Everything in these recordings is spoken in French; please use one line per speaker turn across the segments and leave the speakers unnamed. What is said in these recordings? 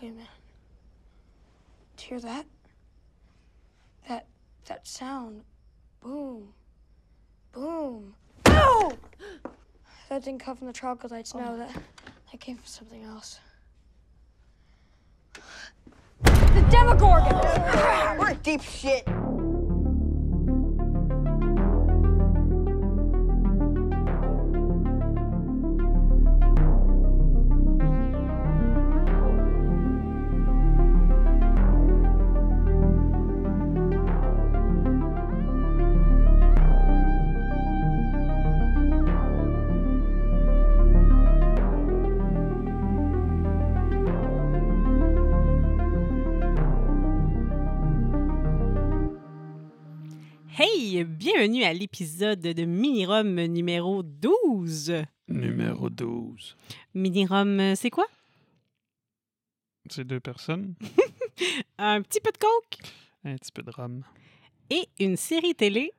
Wait a minute. Did you hear that? That that sound. Boom. Boom. Ow! That didn't come from the troglodytes. No, that that came from something else. The Demogorgon.
We're in deep shit.
Hey, bienvenue à l'épisode de Minirum numéro 12.
Numéro 12.
Minirum, euh, c'est quoi?
C'est deux personnes,
Un petit peu de coke
un petit peu de rhum.
et une série télé.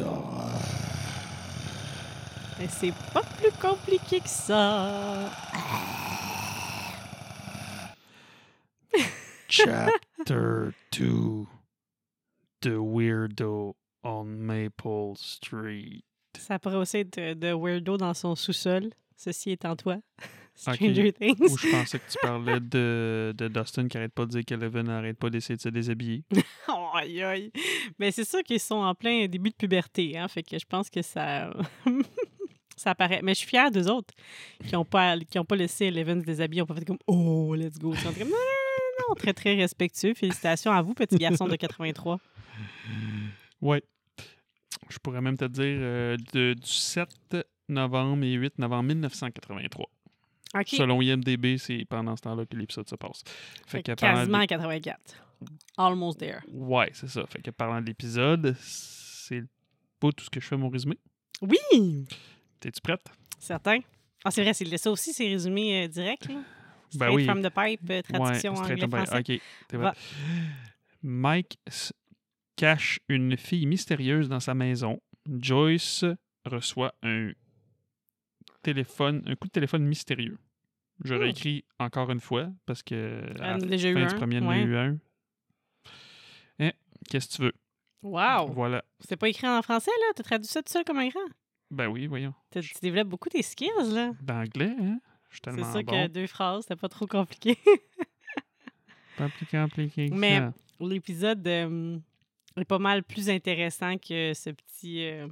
Et C'est pas plus compliqué que ça.
Chapter 2. The Weirdo on Maple Street.
Ça pourrait aussi être euh, de Weirdo dans son sous-sol. Ceci est en toi.
Ok.
Stranger
Où
Things.
je pensais que tu parlais de, de Dustin qui arrête pas de dire qu'Eleven n'arrête pas d'essayer de se déshabiller.
Oh, aïe, aïe. Mais c'est sûr qu'ils sont en plein début de puberté, hein, fait que je pense que ça... ça apparaît. Mais je suis fière d'eux autres qui n'ont pas, qui ont pas laissé Eleven se déshabiller. On pas fait comme « Oh, let's go ». Ils sont comme « Non, non, non, non, très, très respectueux. Félicitations à vous, petit garçon de 83.
Ouais. Je pourrais même te dire euh, de- du 7 novembre et 8 novembre 1983. ».
OK.
Selon IMDB, c'est pendant ce temps-là que l'épisode se passe.
Fait que
qu'à parlant de-
quasiment à 84. Almost there.
Ouais, c'est ça. Fait que parlant de l'épisode, c'est pas tout ce que je fais mon résumé.
Oui!
T'es-tu prête?
Certain. Ah, c'est vrai, c'est ça aussi, c'est résumé euh, direct. Là.
Ben
Straight
oui.
from the pipe, euh, traduction
straight up, ben,
anglais-français.
OK, t'es
Va.
prête. Mike s- cache une fille mystérieuse dans sa maison. Joyce reçoit un téléphone, un coup de téléphone mystérieux. Je
Hmm.
réécris encore une fois parce que à la
en a Euh, déjà eu
fin
un,
du premier, il y en a
ouais.
eu un. Hein, Qu'est-ce que tu veux?
Wow!
Voilà.
C'est pas écrit en français, là? T'as traduit ça tout seul comme un grand?
Ben oui, voyons.
T'as- Tu développes beaucoup tes skills, là.
D'anglais, hein? Je suis
C'est
tellement
sûr
bon.
que deux phrases, c'était pas trop compliqué.
Pas plus compliqué que
Mais-
ça.
L'épisode euh, est pas mal plus intéressant que ce petit... euh,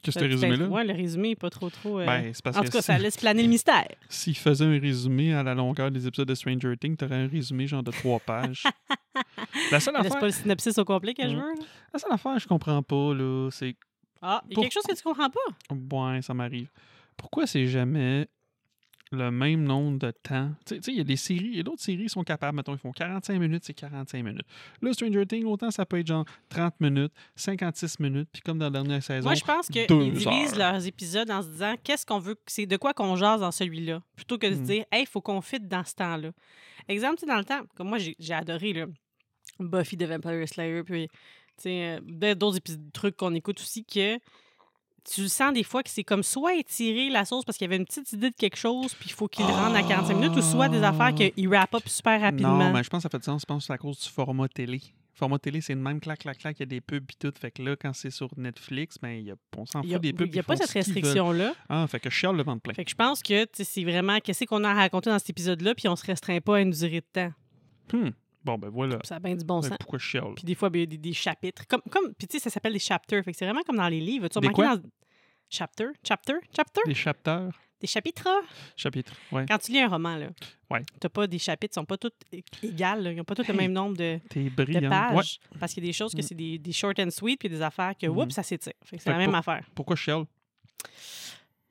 Que ce
petit-
résumé-là?
Ouais, le résumé est pas trop, trop... euh,
Ben, c'est parce
en
que
tout cas,
si-
ça laisse planer le mystère.
s'il faisait un résumé à la longueur des épisodes de Stranger Things, t'aurais un résumé genre de trois pages. la, seule
Laisse
affaire,
pas le synopsis au complet que je
Mm.
veux. là.
la seule affaire que je comprends pas, là, c'est...
Ah, il y a
Pour-
quelque chose que tu comprends pas.
Ouais, ça m'arrive. Pourquoi c'est jamais le même nombre de temps? Tu sais- tu sais, il y a des séries, il y a d'autres séries qui sont capables, mettons, ils font 45 minutes, c'est 45 minutes. Là, Stranger Things, autant ça peut être genre 30 minutes, 56 minutes, puis comme dans la dernière saison...
Moi, je pense qu'ils
deux
divisent
heures.
leurs épisodes en se disant qu'est-ce qu'on veut, c'est de quoi qu'on jase dans celui-là, plutôt que de se
Mm.
dire, hey, il faut qu'on fit dans ce temps-là. Exemple, tu sais, dans le temps, comme moi, j'ai j'ai adoré là, Buffy the Vampire Slayer, puis tu sais, euh, ben, d'autres épis- trucs qu'on écoute aussi que tu le sens des fois que c'est comme soit étirer la sauce parce qu'il y avait une petite idée de quelque chose, puis il faut qu'il le rende à 45 minutes, ou soit des affaires qu'il wrap up super rapidement.
Ah! Non, mais je pense que ça fait du sens. Je pense que c'est à cause du format télé. Format télé, c'est le même clac, clac, clac. Il y a des pubs et tout. Fait que là, quand c'est sur Netflix, ben, il y a, on s'en
Il n'y a,
fout des
oui,
pubs.
il y a
ils
pas
font
cette
ce qu'ils veulent.
restriction-là.
Ah, fait que je chiale le ventre plein.
Fait que je pense que tu sais, c'est vraiment qu'est-ce qu'on a à raconter dans cet épisode-là, puis on se restreint pas à une durée de temps.
Hmm. Bon, ben voilà.
Ça a bien du bon
Ben,
sens.
pourquoi je chiale?
Puis des fois, ben, il y a des, des chapitres. Comme, comme, puis tu sais, ça s'appelle des chapters. Fait que c'est vraiment comme dans les livres. Tu as
Des
remarqué dans...
quoi?
Chapter? Chapter? Chapter?
Des chapteurs,
Des chapitres? hein?
chapitres. Ouais.
Quand tu lis un roman, là,
Ouais.
t'as pas des chapitres, ils sont pas tous é- égales. là. Ils n'ont pas tous le
Hey,
même nombre de,
T'es
de
brillant. Ouais.
pages. Parce qu'il y a des choses que
Mm.
c'est des, des short and sweet, puis des affaires que,
Mhm.
oups, ça s'étire. Fait que c'est
Fait
la
que
même
pour-
affaire.
Pourquoi je chiale?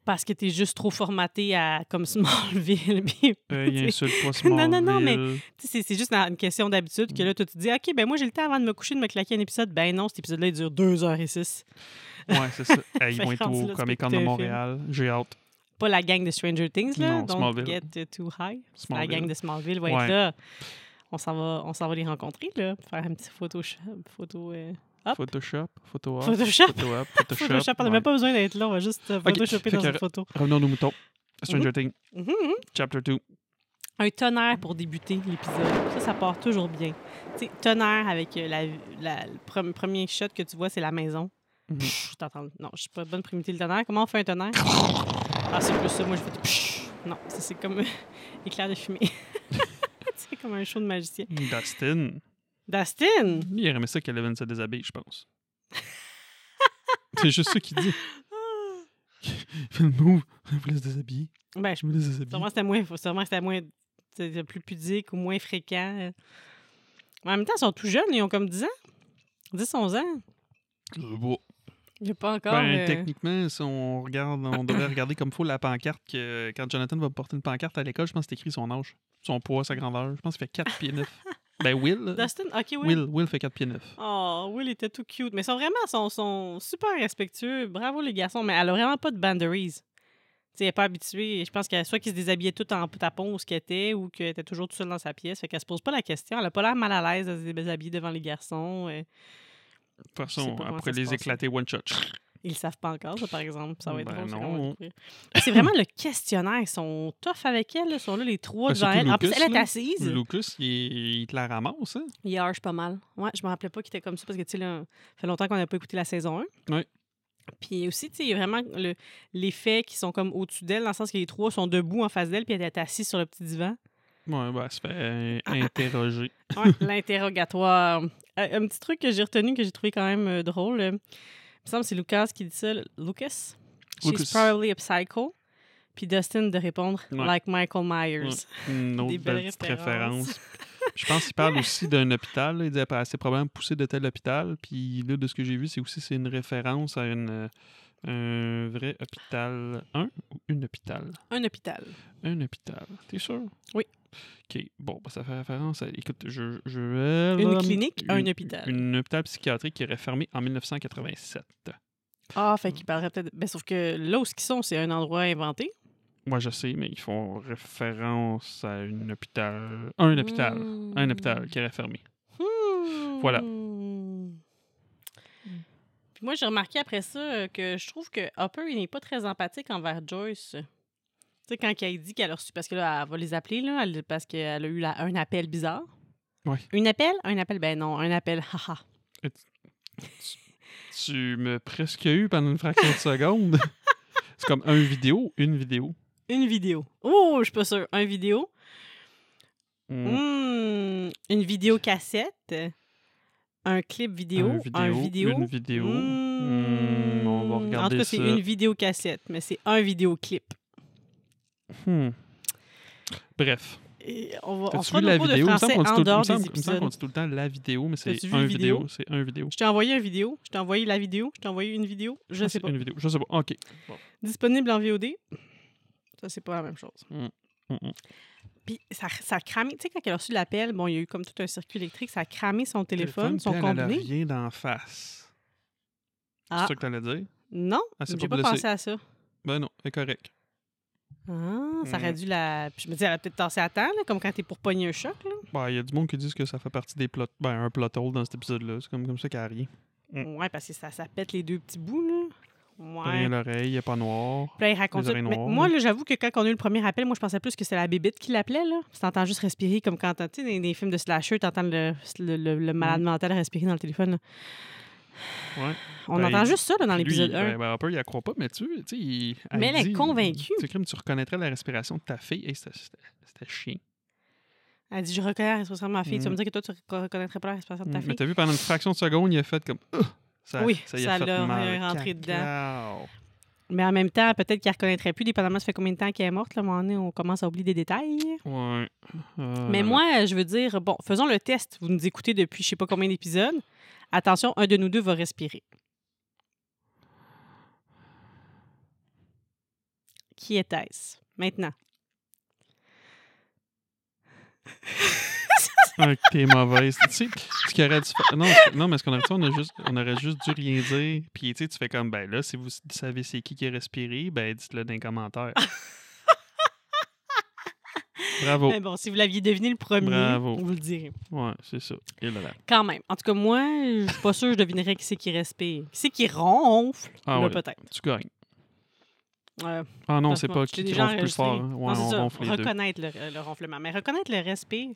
Parce que t'es juste trop formaté à comme Smallville. puis-
Euh, Il insulte pas ce
Non, non, non, mais-
Smallville.
Tu sais, C'est c'est juste dans une question d'habitude
Mm.
que là, tu te dis, OK, ben moi, j'ai le temps avant de me coucher de me claquer un épisode. Ben non, cet épisode-là, il dure 2 heures et 6.
Ouais, c'est ça. Hey, ils
Fait
vont être
rendu là,
au
tu
Comic Con
peux écouter
de
un
Montréal. J'ai hâte.
Pas la gang de Stranger Things, là.
Non,
donc,
Smallville.
Get Too High. C'est La
Smallville.
gang de Smallville va être
Ouais.
là. On s'en va, on s'en va les rencontrer, là. Faire un petit photo. photo euh, Hop.
Photoshop, photo op,
Photoshop.
photo op,
Photoshop.
Photoshop.
on n'a
ouais.
même pas besoin d'être là. On va juste euh,
Ok,
photoshopper
fait
dans
que-
une photo. Mm-hmm,
Revenons aux moutons. Stranger Things,
Mhm, mhm.
chapter 2.
un tonnerre pour débuter l'épisode. Ça, ça part toujours bien. Tu sais, tonnerre avec euh, la, la- le pre- premier shot que tu vois, c'est la maison.
Mhm.
Psh, t'entends- Non, je suis pas bonne primité le tonnerre. Comment on fait un tonnerre? Ah, c'est plus ça. Moi, je fais... du psh. Non, ça, c'est comme euh, éclair de fumée. c'est comme un show de magicien.
Dustin,
Dustin!
lui, il aimait ça qu'Eleven se déshabille, je pense. c'est juste ça qu'il dit. Il fait le move. Je voulais se déshabiller.
Ben, je...
Je me laisse déshabiller.
sûrement c'était moins... Sûrement c'était moins... c'était plus pudique ou moins fréquent. En même temps, ils sont tout jeunes. Ils ont comme 10 ans. 10, 11 ans.
Euh, bon.
J'ai pas encore...
Ben,
euh,
techniquement, si on regarde, on devrait regarder comme faut la pancarte que quand Jonathan va porter une pancarte à l'école, je pense que c'est écrit son âge, son poids, sa grandeur. Je pense qu'il fait 4 pieds 9. Ben, Will. là.
Dustin, ok, oui.
Will, Will fait 4 pieds 9.
Oh, Will était tout cute. Mais ils sont vraiment sont, sont super respectueux. Bravo, les garçons. Mais elle a vraiment pas de boundaries. Tu sais, elle n'est pas habituée. Je pense qu'elle soit qu'elle se déshabillait tout en tapon où ce qu'elle était ou qu'elle était toujours toute seule dans sa pièce. Fait qu'elle se pose pas la question. Elle a pas l'air mal à l'aise de se déshabiller devant les garçons. Euh,
De toute
Je sais
façon,
pas comment
après
ça se
les
passe.
éclater one shot.
Ils le savent pas encore, ça, par exemple. Ça va être
Ben
drôle, ça,
non.
quand on va découvrir. C'est vraiment le questionnaire. Ils sont tough avec elle. là. Ils sont là, les trois
Ben,
devant
surtout
elle. En plus,
Lucas,
elle est
là.
assise.
Lucas, il, il te la ramasse, hein?
Il harge pas mal. Ouais, je me rappelais pas qu'il était comme ça parce que, tu sais, là, ça fait longtemps qu'on n'a pas écouté la saison 1.
Ouais.
Puis aussi, tu sais, il y a vraiment le- les faits qui sont comme au-dessus d'elle, dans le sens que les trois sont debout en face d'elle, puis elle est assise sur le petit divan.
Ouais, ben, elle se fait euh, interroger.
Ouais, l'interrogatoire. Euh, un petit truc que j'ai retenu, que j'ai trouvé quand même euh, drôle. euh, il me semble que c'est Lucas qui dit ça. là. Lucas? She's
Lucas.
probably a psycho. Puis Dustin de répondre,
Ouais.
like Michael Myers.
Une
Des
autre
belles
belle petite
références.
référence. Je pense qu'il parle aussi d'un hôpital. là. Il dit ah, c'est probablement poussé de tel hôpital. Puis là, de ce que j'ai vu, c'est aussi c'est une référence à une, euh, un vrai hôpital. Un ou une hôpital
Un hôpital.
Un hôpital. T'es sûr
Oui.
OK. Bon, bah, ça fait référence à. Écoute, je. je vais-
Une clinique, un
une-
hôpital.
Une hôpital psychiatrique qui aurait fermé en 1987.
Ah, fait qu'il parlerait peut-être. Ben, sauf que là où ce qu'ils sont, c'est un endroit inventé.
Moi, je sais, mais ils font référence à un hôpital. Un hôpital.
Mm. Hmm.
Un hôpital qui aurait fermé. Voilà.
Puis Hmm. moi, j'ai remarqué après ça euh, que je trouve que Hopper, il n'est pas très empathique envers Joyce. Tu sais, quand elle dit qu'elle a reçu, parce que là, elle va les appeler, là, elle- parce qu'elle a eu la- un appel bizarre.
Ouais.
Un appel? Un appel? Ben non, un appel, haha.
Tu me presque eu pendant une fraction de seconde. C'est comme un vidéo, une vidéo.
Une vidéo. Oh, je suis pas sûre. Un vidéo.
Mm.
Hmm, une vidéo cassette. Un clip vidéo.
Un
un vidéo.
Une vidéo.
Hmm.
Mm, on va regarder
En tout cas,
ça.
c'est une vidéo cassette, mais c'est un vidéoclip.
Hmm. Bref.
Et on va on
T'as-tu
fera
vu
nos
la
cours de
vidéo? Il me semble
français
qu'on dit tout
en
le temps-
dehors
il me
des
semble- il me semble qu'on
épisodes.
dit tout le temps la vidéo, mais c'est
T'as-tu vu
un
vidéo?
vidéo. C'est un vidéo.
Je t'ai envoyé une vidéo, je t'ai envoyé la vidéo, je t'ai envoyé une vidéo, je
Ah,
sais
c'est
pas.
Une vidéo. Je sais pas. OK. Bon.
Disponible en VOD. Ça, c'est pas la même chose.
Mm. Mm, mm.
Puis ça, ça a cramé. Tu sais, quand elle a reçu l'appel, bon, il y a eu comme tout un circuit électrique, ça a cramé son téléphone, son
puis elle, elle a
combiné.
rien d'en face.
Ah.
C'est ça que t'allais dire?
Non,
Elle s'est
j'ai pas
pas blessée.
pensé à ça.
Ben non, c'est correct.
Ah, ça aurait
Mm.
dû la. Puis je me dis, elle a peut-être tassé à temps, là, comme quand t'es pour pogner un choc. Là.
Ben, il y a du monde qui disent que ça fait partie des plots. Ben, un plot hole dans cet épisode-là. C'est comme, comme ça qu'il n'y a rien. Mm.
Ouais, parce que ça, ça pète les deux petits bouts, là.
T'as
Ouais.
Rien à l'oreille, il n'y a pas noir.
Puis là, il raconte
Les
ça.
oreilles
Mais
noires.
moi, là, j'avoue que quand on a eu le premier appel, moi, je pensais plus que c'était la bébite qui l'appelait. Là. Puis t'entends juste respirer, comme quand, tu sais, dans les films de slasher, t'entends le, le, le- le malade mental respirer dans le téléphone. là.
Mm. Ouais.
On
Ben,
entend juste ça là, dans
Puis lui,
l'épisode 1.
Ben, ben, Hopper, il la croit pas, mais tu tu sais, il-
Mais elle est
dit,
convaincue.
Tu sais, crime, tu reconnaîtrais la respiration de ta fille. Hey, c'était- c'était c'était chiant.
Elle dit, je reconnais la respiration de ma fille. Tu vas
Mm.
me dire que toi, tu ne reconnaîtrais pas la respiration de ta
Mais
fille.
t'as vu, pendant une fraction de seconde, il a fait comme. Ugh! Ça,
Oui,
y
ça l'a rentré Mais en même temps, peut-être qu'elle ne reconnaîtrait plus, dépendamment ça fait combien de temps qu'elle est morte. Là, à un moment donné, on commence à oublier des détails.
Ouais. Euh,
Mais moi, je veux dire, bon, faisons le test. Vous nous écoutez depuis je sais pas combien d'épisodes. Attention, un de nous deux va respirer. Qui était-ce? Maintenant.
Ah, que t'es mauvaise. tu sais, ce qu'il aurait dû faire. Non, ce- non, mais ce qu'on aurait dû faire, on, a juste, on aurait juste dû rien dire. Puis, tu sais, tu fais comme, ben là, si vous savez c'est qui qui a respiré, ben dites-le dans les commentaires. Bravo.
Mais bon, si vous l'aviez deviné le premier,
Oh. Bravo.
vous le direz.
Ouais, c'est ça. Il l'a.
Quand même. En tout cas, moi, je suis pas sûre que je devinerais qui c'est qui respire. Qui c'est qui ronfle?
Ah
là,
ouais.
peut-être.
Tu gagnes.
Euh,
Ah non,
parce
c'est
que
pas
j'ai
qui, qui
déjà
ronfle plus
enregistré.
fort. hein. Ouais,
non, c'est
on
ça,
ronfle les deux.
reconnaître le, le ronflement. Mais reconnaître le respire.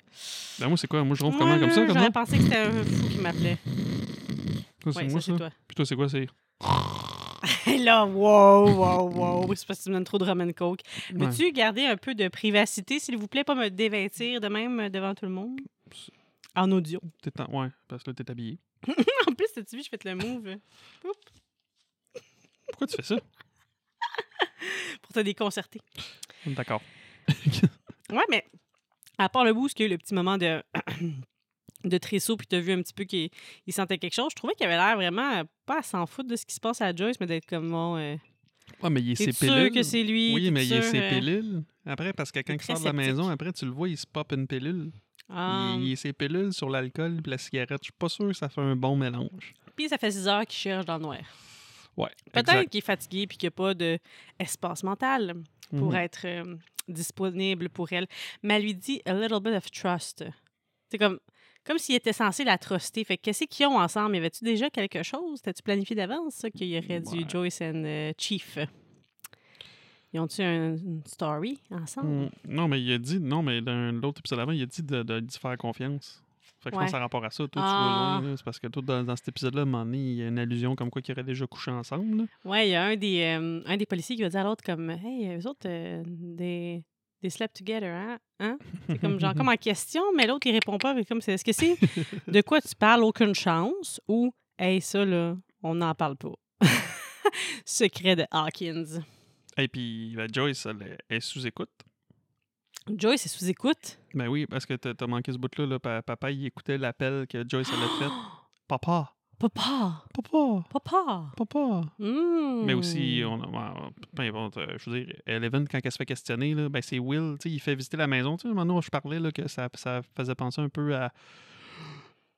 Ben, moi, c'est quoi? Moi, je ronfle
Moi,
comment? Comme
là,
ça? Comme ça?
J'aurais pensé que c'était un fou qui m'appelait.
Ça, c'est
Oui, ça,
moi,
c'est
ça.
toi.
Puis toi, c'est quoi? C'est...
Et là, wow, wow, wow. C'est parce que tu me donnes trop de rum and coke. Peux-tu garder un peu de privacité, s'il vous plaît, pas me dévêtir de même euh, devant tout le monde? En audio.
T'es en- Ouais, parce que là, t'es habillé.
en plus, t'as-tu vu, je fais le move
Pourquoi tu fais ça?
pour te déconcerter.
D'accord.
Ouais, mais à part le bout, ce qu'il y a eu le petit moment de, de tresseau, puis t'as vu un petit peu qu'il il sentait quelque chose, je trouvais qu'il avait l'air vraiment euh, pas à s'en foutre de ce qui se passe à Joyce, mais d'être comme bon. euh,
Ouais, Ah, mais il est
T'es
ses
sûr
pilules.
que c'est lui?
Oui,
T'es
mais il est
sûr,
ses
euh,
pilules. Après, parce que quand
est
il
très
sort de la
sceptique.
maison, après, tu le vois, il se pop une pilule.
ah.
Il, il est ses pilules sur l'alcool puis la cigarette. Je suis pas sûr que ça fait un bon mélange.
Puis ça fait 6 heures qu'il cherche dans le noir.
Ouais.
Peut-être
exact.
qu'il est fatigué puis qu'il n'y a pas d'espace mental pour
Mhm.
être euh, disponible pour elle. Mais elle lui dit a little bit of trust. C'est comme comme s'il était censé la truster. Fait que qu'est-ce qu'ils ont ensemble? Y avait-tu déjà quelque chose? T'as-tu planifié d'avance ça, qu'il y aurait du
Ouais.
Joyce and euh, Chief? Ils ont-tu un- une story ensemble?
Mm. Non, mais il a dit, non, mais dans l'autre épisode avant, il a dit de, de, d'y faire confiance. Fait que je
Ouais.
pense à rapport à ça, toi,
Ah.
tu vas loin. là. C'est parce que toi, dans, dans cet épisode-là, à un moment donné, il y a une allusion comme quoi qu'ils auraient déjà couché ensemble. là.
Ouais, il y a un des, euh, un des policiers qui va dire à l'autre comme Hey, eux autres, euh, des they slept together, hein? hein? C'est comme genre comme en question, mais l'autre il répond pas. mais comme c'est est-ce que c'est de quoi tu parles, aucune chance, ou Hey, ça là, on n'en parle pas. Secret de Hawkins.
Et puis, ben, Joyce, elle est- elle est sous écoute.
Joyce c'est sous écoute.
Ben oui, parce que t'as t'as manqué ce bout-là. Là, Pa- papa, il écoutait l'appel que Joyce avait fait. Papa,
Papa,
papa,
papa.
papa.
Hmm.
Mais aussi, on a, on- peu importe, euh, je veux dire, Eleven, quand elle se fait questionner, là, ben c'est Will, tu sais, il fait visiter la maison. Tu sais, maintenant, je parlais là, que ça, ça faisait penser un peu à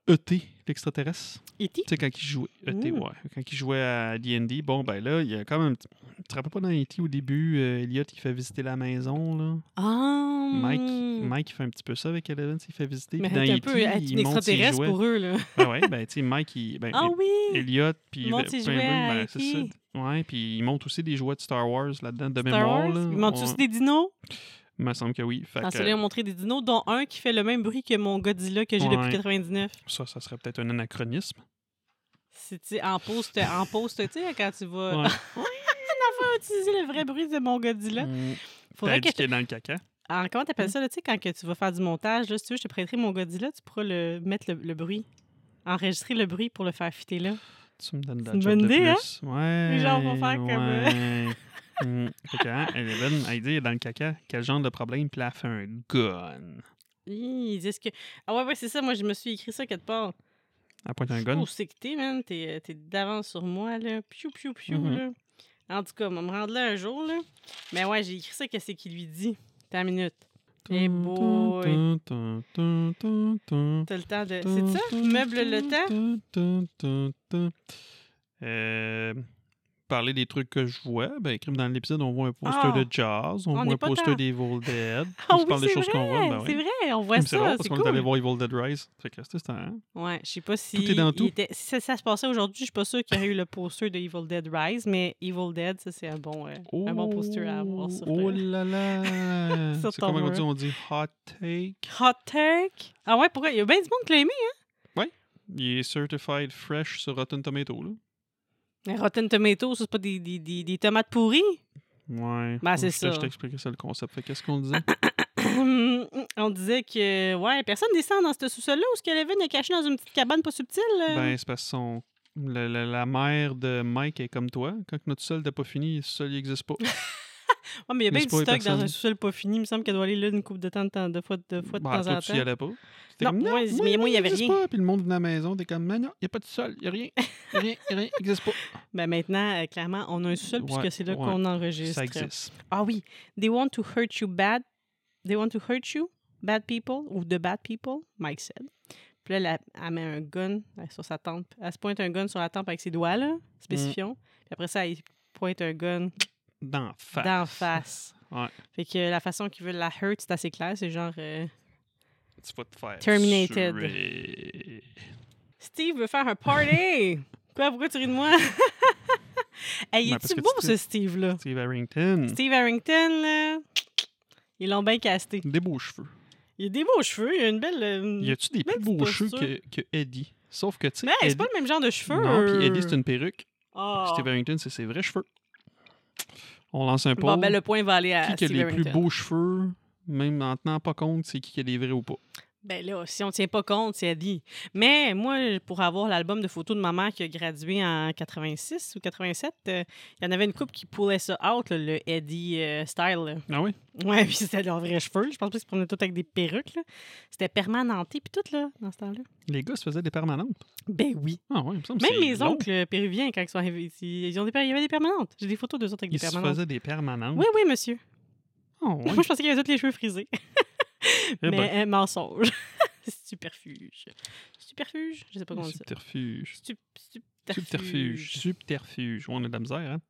E.T., l'extraterrestre.
E.T.?
Tu sais, quand il jouait, E.T.,
Mm.
ouais, quand il jouait à D&D, bon, ben là, il y a quand même, tu te rappelles pas dans E.T. au début, euh, Elliot, il fait visiter la maison, là.
Ah,
Mike,
hmm.
Mike, il fait un petit peu ça avec Eleven, tu sais, il fait visiter.
Mais
Puis dans
t'es un peu
E.T.,
être une
il montre ses
extraterrestre
jouets.
pour eux là.
Ah ouais, ben tu sais, Mike, il, ben,
Ah
il-
oui.
Elliot, puis
Il monte ses jouets à
ben, c'est ça.
E.T..
Ouais, puis il monte aussi des jouets de Star Wars là-dedans de
Star
mémoire.
Wars.
là.
Ils montrent
Ouais,
aussi Ah, des dinos.
Il me semble que oui. Fait
Dans
que,
celui-là, ils ont montré des dinos, dont un qui fait le même bruit que mon Godzilla que j'ai
Ouais.
depuis 99.
ça, ça serait peut-être un anachronisme.
Si tu en poste, en poste, tu sais, quand tu vas.
Ouais.
On va utiliser le vrai bruit de mon Godzilla.
Mm.
Faudrait
T'as dit
que.
qu'il est dans le caca.
Ah, comment t'appelles ça, là, tu sais, quand que tu vas faire du montage, là, si tu veux, je te prêterai mon Godzilla, tu pourras le... mettre le, le bruit. Enregistrer le bruit pour le faire fitter là.
Tu me donnes de la
C'est une
job
bonne
de
idée, hein?
plus. Ouais.
Les gens vont faire comme, euh.
ouais. Mm. Fait que, hein, Eleven, elle dit, il est dans le caca, quel genre de problème? Puis là, elle fait un gun.
Hi, Ils disent que. Ah ouais, ouais, c'est ça, moi, je me suis écrit ça quelque part.
Elle pointe un
Oh,
gun.
c'est que t'es, man. T'es, euh, t'es d'avance sur moi, là. Piou, piou, piou,
Mhm.
là. En tout cas, on va me rendre là un jour, là. Mais ouais, j'ai écrit ça, qu'est-ce qu'il lui dit. T'as une minute. Eh boy. T'as le temps de... C'est ça? Meuble le temps?
temps. Euh, parler des trucs que je vois. Ben, crime dans l'épisode, on voit un
Ah!
poster de jazz, on,
On
voit
est
un
pas
poster
tard.
d'Evil Dead.
Ah
On se
oui,
parle des
c'est
choses
vrai!
qu'on voit. Ben, oui.
C'est vrai, on voit
Mais
ça,
c'est drôle
c'est
parce qu'on est allé
cool.
voir Evil Dead Rise. Fait que c'était c'était, hein?
Ouais, je sais pas si...
est dans
il
tout.
était- Si ça, ça se passait aujourd'hui, je suis pas sûre qu'il y aurait eu le poster de Evil Dead Rise, mais Evil Dead, ça, c'est un bon, euh, un bon poster à avoir sur euh,
Oh
le-
là là!
Sur
c'est
ton
comment on
mur.
dit? On dit hot take.
Hot Take! Ah ouais, pourquoi? Il y a bien du monde qui l'a aimé.
Il est certified fresh sur Rotten Tomato. Là.
Mais Rotten Tomatoes, ça, c'est pas des, des, des, des tomates pourries?
Ouais.
Ben, c'est
Je t'ai-
ça.
Je t'expliquais ça le concept. Fait qu'est-ce qu'on disait?
on disait que, ouais, personne descend dans ce sous-sol-là ou ce qu'elle avait est caché dans une petite cabane pas subtile. euh.
Ben, c'est parce que son- le- le- la mère de Mike est comme toi. Quand notre sol n'a pas fini, le sol n'existe pas.
Ouais, mais il y a bien
mais
du
c'est
stock
pas les
dans un
personnes.
sous-sol pas fini. Il me semble qu'elle doit aller là une coupe de temps, de, temps, de fois, de, fois de
Ben,
temps
toi,
en
tu n'y
temps.
allais pas.
Non,
T'étais comme,
moi, mais moi, il y
non,
avait
existe
rien.
Pas. Puis le monde de la maison, t'es comme, non, non, il n'y a pas de sol, il n'y a rien. Il n'y a rien, il n'y a rien, il n'existe pas.
Ben, maintenant, euh, clairement, on a un sous-sol
Ouais,
puisque c'est là
ouais,
qu'on enregistre.
Ça existe.
Ah oui. They want to hurt you bad. They want to hurt you, bad people, ou the bad people, Mike said. Puis là, elle, elle met un gun euh, sur sa tempe. Elle se pointe un gun sur la tempe avec ses doigts,
Mm.
là, spécifiant. Puis après ça, elle pointe un gun
D'en face.
d'en face.
Ouais.
Fait que la façon qu'ils veulent la hurt, c'est assez clair. C'est genre. euh,
Tu vas te faire.
Terminated.
suer.
Steve veut faire un party! Quoi, pourquoi tu ris de moi? Hey,
Ben,
est
parce que
tu beau,
tu Hmm.
ce Steve-là?
Steve Harrington.
Steve Harrington, là, ils l'ont bien casté.
Des beaux cheveux.
Il a des beaux cheveux, il a une belle... euh,
Y a-tu des
Même
plus beaux
petite
cheveux que, que Eddie? Sauf que, tu sais.
Mais hey, c'est
Eddie-
pas le même genre de cheveux.
Non, puis Eddie, c'est une perruque.
Ah.
Puis Steve Harrington, c'est ses vrais cheveux. On lance un
Bon,
poll.
ben, le point va aller à
qui qui a
Steve
les
Harrington.
plus beaux cheveux, même en tenant pas compte, c'est qui qui a les vrais ou pas.
Ben là, si on tient pas compte, c'est dit. Mais moi, pour avoir l'album de photos de ma mère qui a gradué en 86 ou 87, euh, il y en avait une couple qui pullait ça out, là, le Eddie euh, style. là.
Ah oui?
Ouais, puis c'était leurs vrais cheveux. Je pense pas qu'ils se promenaient tous avec des perruques. là. C'était permanenté, puis tout, là, dans ce temps-là.
Les gars se faisaient des permanentes.
Ben oui.
Ah oui, il me semble que
Même
c'est
mes
long.
oncles euh, péruviens, quand ils sont arrivés ici, ils ont des, per- il y avait des permanentes. J'ai des photos d'eux autres avec
Ils
des
se
permanentes.
faisaient des permanentes.
Oui, oui, monsieur.
Ah ouais.
Moi, je pensais qu'ils avaient tous les cheveux frisés.
Eh ben,
Mais euh, mensonge. Superfuge. Superfuge? Je sais pas comment on dit ça.
subterfuge.
Stup-
Subterfuge.
Subterfuge.
Subterfuge. Ouais, on a de la misère, hein?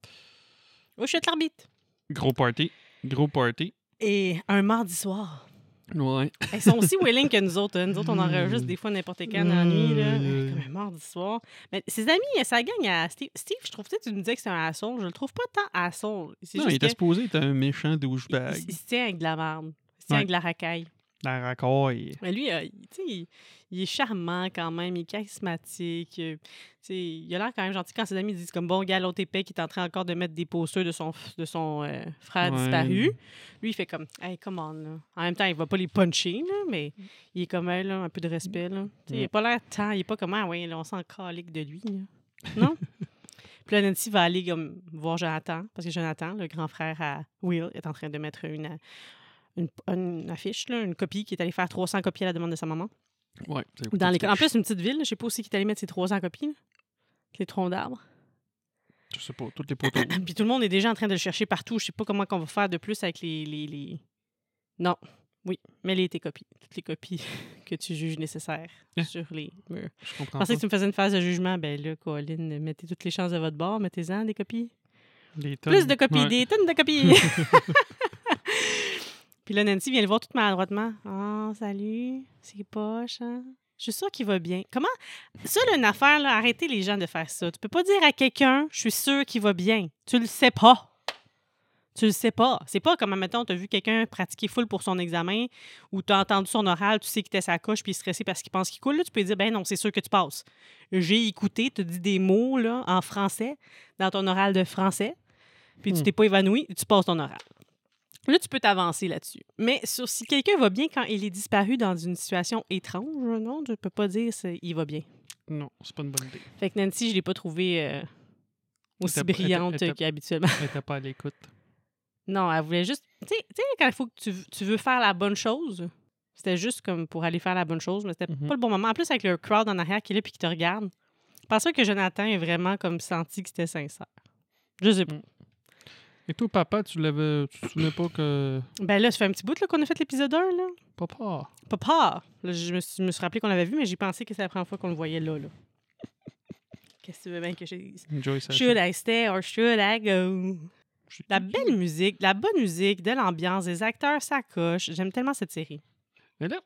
Oh, je suis de l'arbitre.
Gros party. Gros party.
Et un mardi soir.
Ouais.
Ils sont aussi willing que nous autres. hein. Nous autres, on enregistre des fois n'importe quand dans la nuit. Là.
Mm.
Comme un mardi soir. Mais ses amis, euh, sa gang à Steve. Steve, je trouve que tu me disais que c'est un asshole. Je le trouve pas tant asshole. C'est
Non,
juste
il était
que
supposé être un méchant
il,
douchebag.
il- il se tient avec de la merde. Il se tient
Ouais.
avec de la racaille.
La racaille.
Mais lui, euh, il- tu sais, il, il est charmant quand même, il est charismatique. euh, tu sais, il a l'air quand même gentil quand ses amis disent comme bon gars, l'autre épais qui est en train encore de mettre des posters de son, f- de son euh, frère
Ouais.
disparu. Lui, il fait comme hey, come on. là. En même temps, il va pas les puncher, là, mais il est comme elle, là, un peu de respect. Là. Tu sais, Il a pas l'air tant, il est pas comme ah ouais, là, on s'en calique de lui. là. Non? Puis là, Nancy va aller comme, voir Jonathan, parce que Jonathan, le grand frère à Will, est en train de mettre une, une, une affiche, là, une copie qui est allée faire 300 copies à la demande de sa maman.
Ouais. ça
Dans
coûte
les... En
quelque
plus, une petite ville, je sais pas aussi qui est allé mettre ses 300 copies, là. les troncs d'arbres.
chose. Je sais pas, toutes les poteaux.
Puis tout le monde est déjà en train de le chercher partout. Je sais pas comment qu'on va faire de plus avec les. les, les- Non. Oui, mais les tes copies. Toutes les copies que tu juges nécessaires
Hein?
sur les murs.
Je comprends pas.
Pensez que tu me faisais une phase de jugement. Ben là, Colin, mettez toutes les chances de votre bord, mettez-en des copies.
Des
Plus
tonnes.
de copies,
Ouais.
des tonnes de copies. Puis là, Nancy vient le voir tout maladroitement. Ah, salut, c'est poche, hein? Je suis sûre qu'il va bien. Comment? Ça, là, une affaire, là, arrêtez les gens de faire ça. Tu peux pas dire à quelqu'un, je suis sûre qu'il va bien. Tu le sais pas. Tu le sais pas. C'est pas comme, mettons, t'as vu quelqu'un pratiquer full pour son examen ou t'as entendu son oral, tu sais qu'il était sa coche puis il est stressé parce qu'il pense qu'il coule. Là, tu peux lui dire, ben non, c'est sûr que tu passes. J'ai écouté, tu dis des mots, là, en français, dans ton oral de français puis tu
Hmm.
t'es pas évanoui, tu passes ton oral. Là, tu peux t'avancer là-dessus. Mais sur si quelqu'un va bien quand il est disparu dans une situation étrange, non, je peux pas dire c'est- il va bien.
Non, c'est pas une bonne idée.
Fait que Nancy, je l'ai pas trouvée euh, aussi
Elle était pas- elle était-
brillante
elle était-
qu'habituellement.
Elle était pas à l'écoute.
Non, elle voulait juste... Tu sais, tu sais, quand il faut que tu, tu veux faire la bonne chose, c'était juste comme pour aller faire la bonne chose, mais c'était
Mhm.
pas le bon moment. En plus, avec le crowd en arrière qui est là puis qui te regarde, je pense pas que Jonathan ait vraiment comme senti que c'était sincère. Je sais pas.
Et toi, papa, tu l'avais. Tu te souvenais pas que.
Ben là, ça fait un petit bout là, qu'on a fait l'épisode 1, là.
Papa.
pas peur. Là, je me suis, me suis rappelé qu'on l'avait vu, mais j'ai pensé que c'était la première fois qu'on le voyait là. là. Qu'est-ce que tu veux bien que je dise?
Enjoy ça.
Should I stay or should I go?
Je-
La belle musique, la bonne musique, de l'ambiance, des acteurs, ça coche. J'aime tellement cette série.
Mais là,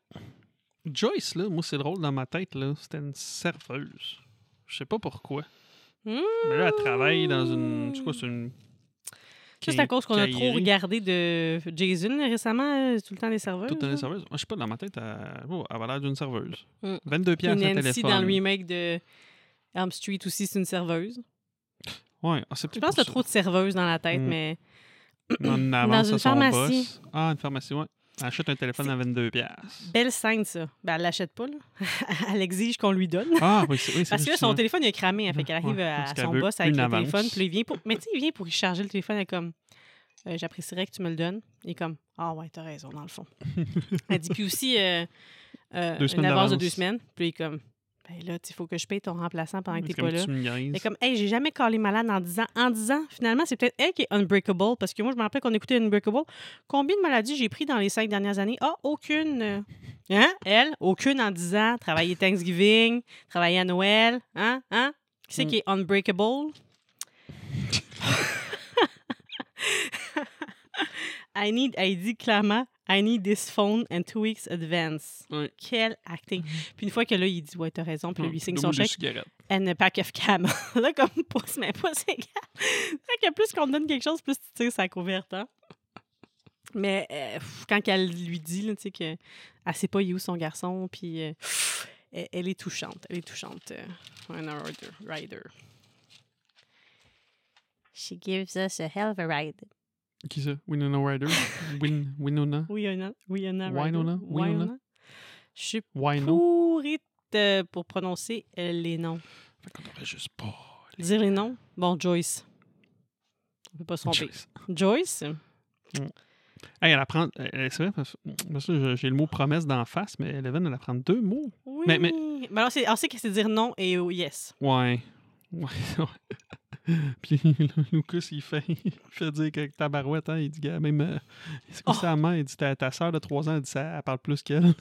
Joyce, là, moi, c'est drôle dans ma tête, là, c'était une serveuse. Je sais pas pourquoi.
Hmm.
Mais là, elle travaille dans une. C'est quoi, c'est une.
Ça, c'est à cause qu'on a trop
quincaillerie.
regardé de Jason là, récemment, euh, tout le temps des serveurs.
Tout dans
là.
les serveuses. Moi, je sais pas, dans ma tête, elle, oh, elle avait l'air d'une serveuse.
Mm. Puis
22 piastres à
Nancy
téléphone.
dans le remake de Elm Street aussi, c'est une serveuse.
Ouais, ah, c'est
Je
peut-être
pense que
pour
t'as trop de serveuses dans la tête,
Hmm.
mais
ça. On avance
une
à son
pharmacie.
boss. Ah, une pharmacie, ouais. Elle achète un téléphone à 22 piastres.
belle scène ça. Ben, elle l'achète pas, là. elle exige qu'on lui donne.
Ah, oui, c'est oui, c'est
Parce que
vrai,
là, son
souvent.
téléphone, il a cramé. hein, fait qu'elle arrive
Ouais,
à
parce qu'elle
son
veut
boss avec
une
le
avance.
téléphone. Puis là, il vient pour... Mais tu sais, il vient pour y charger le téléphone. Elle est comme, Euh, j'apprécierais que tu me le donnes. Il est comme, ah ouais, t'as raison, dans le fond. Elle dit, puis aussi, euh, euh,
Deux
une
semaines
avance de
d'avance.
deux semaines. Puis il est comme, ben là, il faut que je paye ton remplaçant pendant que
C'est
t'es
comme
pas là.
tu me niaises.
Elle est comme, hey, j'ai jamais callé malade en 10 ans. En 10 ans, finalement, c'est peut-être elle qui est unbreakable. Parce que moi, je me rappelle qu'on écoutait unbreakable. Combien de maladies j'ai pris dans les cinq dernières années? Ah, aucune. Hein? Elle? Aucune en 10 ans. Travailler Thanksgiving, travailler à Noël. Hein? Hein? Qui c'est
Mm.
qui est unbreakable? I need, elle dit clairement, I need this phone and two weeks advance.
Ouais. Mm-hmm. Mm.
Quel acting. Puis une fois que là, il dit, ouais, t'as raison, puis là, lui, il signe son
Double de
chèque,
cigarette.
and a pack of cam. là, comme, pousse, mais pousse, égal. C'est que plus qu'on te donne quelque chose, plus tu tires sa couverte, hein. Mais euh, pff, quand elle lui dit, là, tu sais, qu'elle sait pas il est où son garçon, puis euh, pff, elle, elle est touchante. Elle est touchante. euh, un rider. rider. She gives us a hell of a ride.
Qui ça? Winona Ryder? Win, Winona?
Winona. Winona. Ryder.
Winona, Winona.
Winona. Je suis
Wino?
pourrite euh, pour prononcer euh, les noms.
Fait qu'on aurait juste pas... les-
Dire les noms. Bon, Joyce. On peut pas se tromper.
Joyce.
Joyce.
Hey, elle apprend... elle- C'est vrai, parce parce que j'ai- j'ai le mot promesse d'en face, mais Eleven, elle apprend deux mots.
Oui.
Mais-
Mais,
mais-
alors, c'est, alors, c'est qu'elle sait dire non et euh, yes.
Ouais. Ouais, ouais. Puis là, Lucas, il fait, il fait dire que tabarouette, hein, il dit, gars, même. euh, c'est quoi
Oh.
sa main? Il dit, ta, ta soeur de 3 ans, elle dit ça, elle parle plus qu'elle.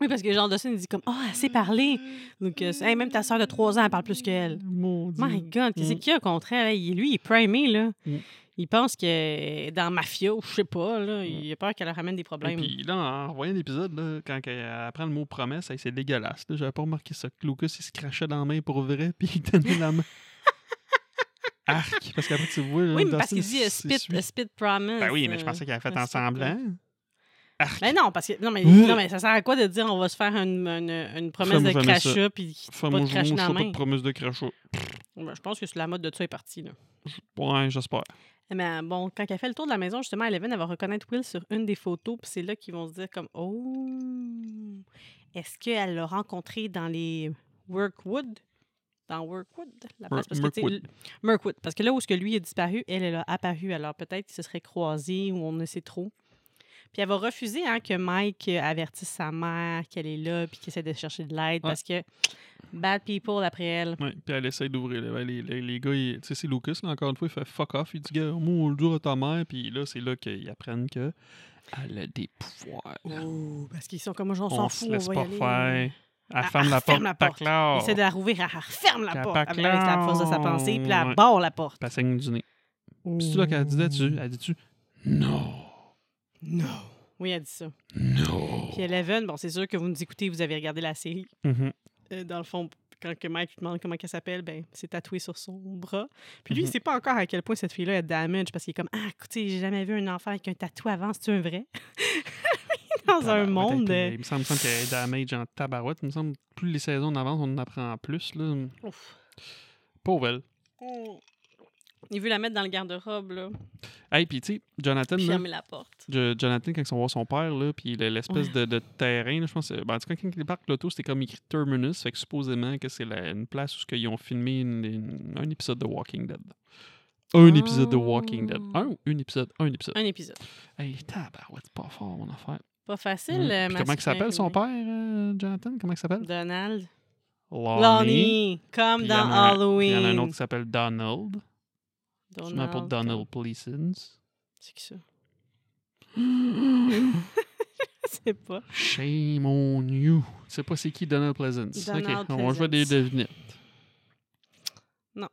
Oui, parce que Jean Dawson, il dit comme, oh, elle sait parler. Donc, euh, c'est- hey, même ta soeur de 3 ans, elle parle plus qu'elle.
Mon Dieu.
My God, qu'est-ce
Mm.
qu'il y a au contraire? là? Il- Lui, il est primé, là.
Mm.
Il pense que euh, dans Mafia ou je sais pas, là, il a peur qu'elle leur ramène des
Mm. Et
problèmes.
puis là, en voyant l'épisode, là, quand elle apprend le mot promesse, hey, c'est dégueulasse. là. J'avais pas remarqué ça. Que Lucas, il se crachait dans la main pour vrai, puis il donnait la main. Arc! Parce qu'après, tu vois. là,
oui, mais parce
Dustin,
qu'il dit euh,
il
spit,
s'essuie.
euh, spit promise.
Ben oui, mais je
euh,
pensais qu'il avait fait
un
en
spit promise.
semblant. Arc!
Mais non, parce que non mais,
Euh.
non, mais ça sert à quoi de dire on va se faire une, une, une promesse
Fais-moi
de
jamais
crachat puis
Fais
pas
mon
de
jour, je
crachat
fais
dans la
pas de
main?
promesse de crachat.
Ben, je pense que c'est la mode de ça est partie. Là.
Ouais, j'espère.
Mais Eh ben, bon, quand elle fait le tour de la maison, justement, Eleven, elle va reconnaître Will sur une des photos, puis c'est là qu'ils vont se dire comme Oh, est-ce qu'elle l'a rencontré dans les Workwood Dans Workwood la place,
Mer-
parce que, tu sais,
Mirkwood.
l- Mirkwood. Parce que là où est-ce que lui a disparu, elle, elle a apparu. Alors peut-être qu'ils se seraient croisés ou on ne sait trop. Puis elle va refuser hein, que Mike euh, avertisse sa mère qu'elle est là, puis qu'il essaie de chercher de l'aide, parce que bad people après elle.
Ouais, puis elle essaye d'ouvrir. là. Ben, Les, les, les gars, ils- tu sais, c'est Lucas, là, encore une fois, il fait fuck off. Il dit, gars, moi, on le dure à ta mère. Puis là, c'est là qu'ils apprennent que elle a des pouvoirs.
Oh, parce qu'ils sont comme genre, on s'en
on se
fout, on
laisse
va y
pas
aller.
faire. Elle
Elle-
ferme
elle
la porte.
ferme la
pas
porte.
clair.
Il essaie de la rouvrir, elle referme la
Qu'elle
porte
pas
avec la force de sa pensée, puis elle
ouais.
barre la porte. Oh.
Puis elle saigne du nez. Puis c'est là qu'elle
Mm.
dit là-dessus. Elle dit-tu, non,
Non. Oui, elle dit ça.
non.
Puis Eleven, bon, c'est sûr que vous nous écoutez, vous avez regardé la série.
Mhm.
Euh, dans le fond, quand que Mike lui demande comment elle s'appelle, ben, c'est tatoué sur son bras. Puis lui,
Mhm.
il sait pas encore à quel point cette fille-là est damage parce qu'il est comme Ah, écoutez, j'ai jamais vu un enfant avec un tatou avant, c'est-tu un vrai? dans
Tabarouette,
un monde.
puis,
euh,
Il me semble, il me semble qu'elle est damage en tabarouette. Il me semble plus les saisons avancent, on en apprend plus. Là.
ouf.
Pauvre elle.
Mm. Il veut la mettre dans le garde-robe, là,
Hey, puis tu sais, Jonathan,
puis
là,
fermer la porte.
Jo- Jonathan, quand ils sont voir son père, là, puis le- l'espèce de, de terrain, là, je pense, euh, ben, en tout cas, quand il débarque l'auto, c'était comme écrit Terminus, fait que supposément que c'est la- une place où ce qu'ils ont filmé une- une- un épisode de Walking Dead. Un épisode de Walking Dead.
Ah.
Un ou une épisode? Un épisode.
Un épisode.
Hey, tabarouette, c'est pas fort, mon affaire.
Pas
Hum.
facile. euh,
Puis comment il s'appelle, son
masculin,
père, euh, Jonathan? Comment il s'appelle?
Donald.
Lonnie.
Lonnie, comme
Puis il y
dans
en a un- puis
Halloween.
Il y en a un autre qui s'appelle Donald. Je m'appelle pour Donald Pleasons.
C'est qui ça? Je sais pas.
Shame on you. Tu sais pas c'est qui Donald Pleasance.
Donald
ok, on va jouer à des
Pleasance.
devinettes.
Non.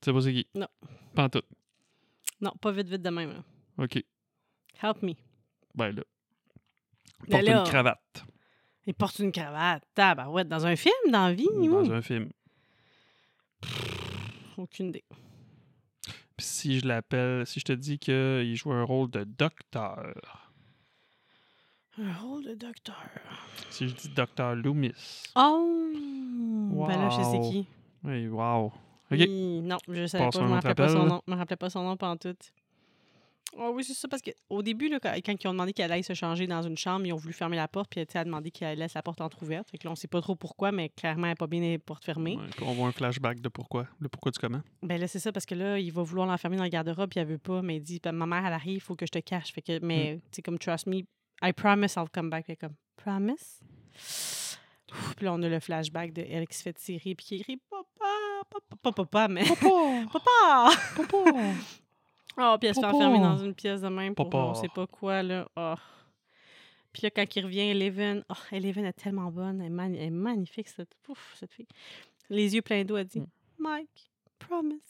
Tu sais pas c'est qui?
Non.
Pas en tout.
Non, pas vite, vite de même. là.
Ok.
Help me.
Ben là.
Ben
Porte
là.
une cravate
Il porte une cravate. Tabarouette, dans un film, dans la vie.
dans
ouh.
un film.
Aucune idée.
Puis si je l'appelle, si je te dis qu'il joue un rôle de docteur,
Un rôle de docteur.
si je dis docteur Loomis,
Oh! Ben là, je sais
Wow.
qui.
oui, wow. Ok.
Hi, Non, je savais
Passe
pas. Je
un
me
autre
rappelais pas son
appel.
nom. Je me rappelais pas son nom pendant tout. Oh oui, c'est ça, parce qu'au début, là, quand, quand ils ont demandé qu'elle aille se changer dans une chambre, ils ont voulu fermer la porte, puis elle a demandé qu'elle laisse la porte entrouverte. Fait que là, on sait pas trop pourquoi, mais clairement, elle n'a pas bien les portes fermées.
Ouais, on voit un flashback de pourquoi, le pourquoi du comment.
Ben là, c'est ça, parce que là, il va vouloir l'enfermer dans le garde-robe, puis elle veut pas, mais elle dit, Ben, ma mère, elle arrive, il faut que je te cache. Fait que,
Mm.
mais, tu sais, comme, trust me, I promise I'll come back. Fait comme, promise? Ouf, Puis là, on a le flashback de elle qui se fait tirer, puis qui écrit, papa, papa, pas papa, mais Oh,
Papa!
papa!
Papa!
Oh, puis elle se fait
Papa.
enfermer dans une pièce de même pour
Papa.
on sait pas quoi, là. Oh. Puis là, quand il revient, Eleven, oh, Eleven est tellement bonne, elle est, mani- elle est magnifique, cette, pouf, cette fille. Les yeux pleins d'eau, elle dit
Mm.
Mike, promise.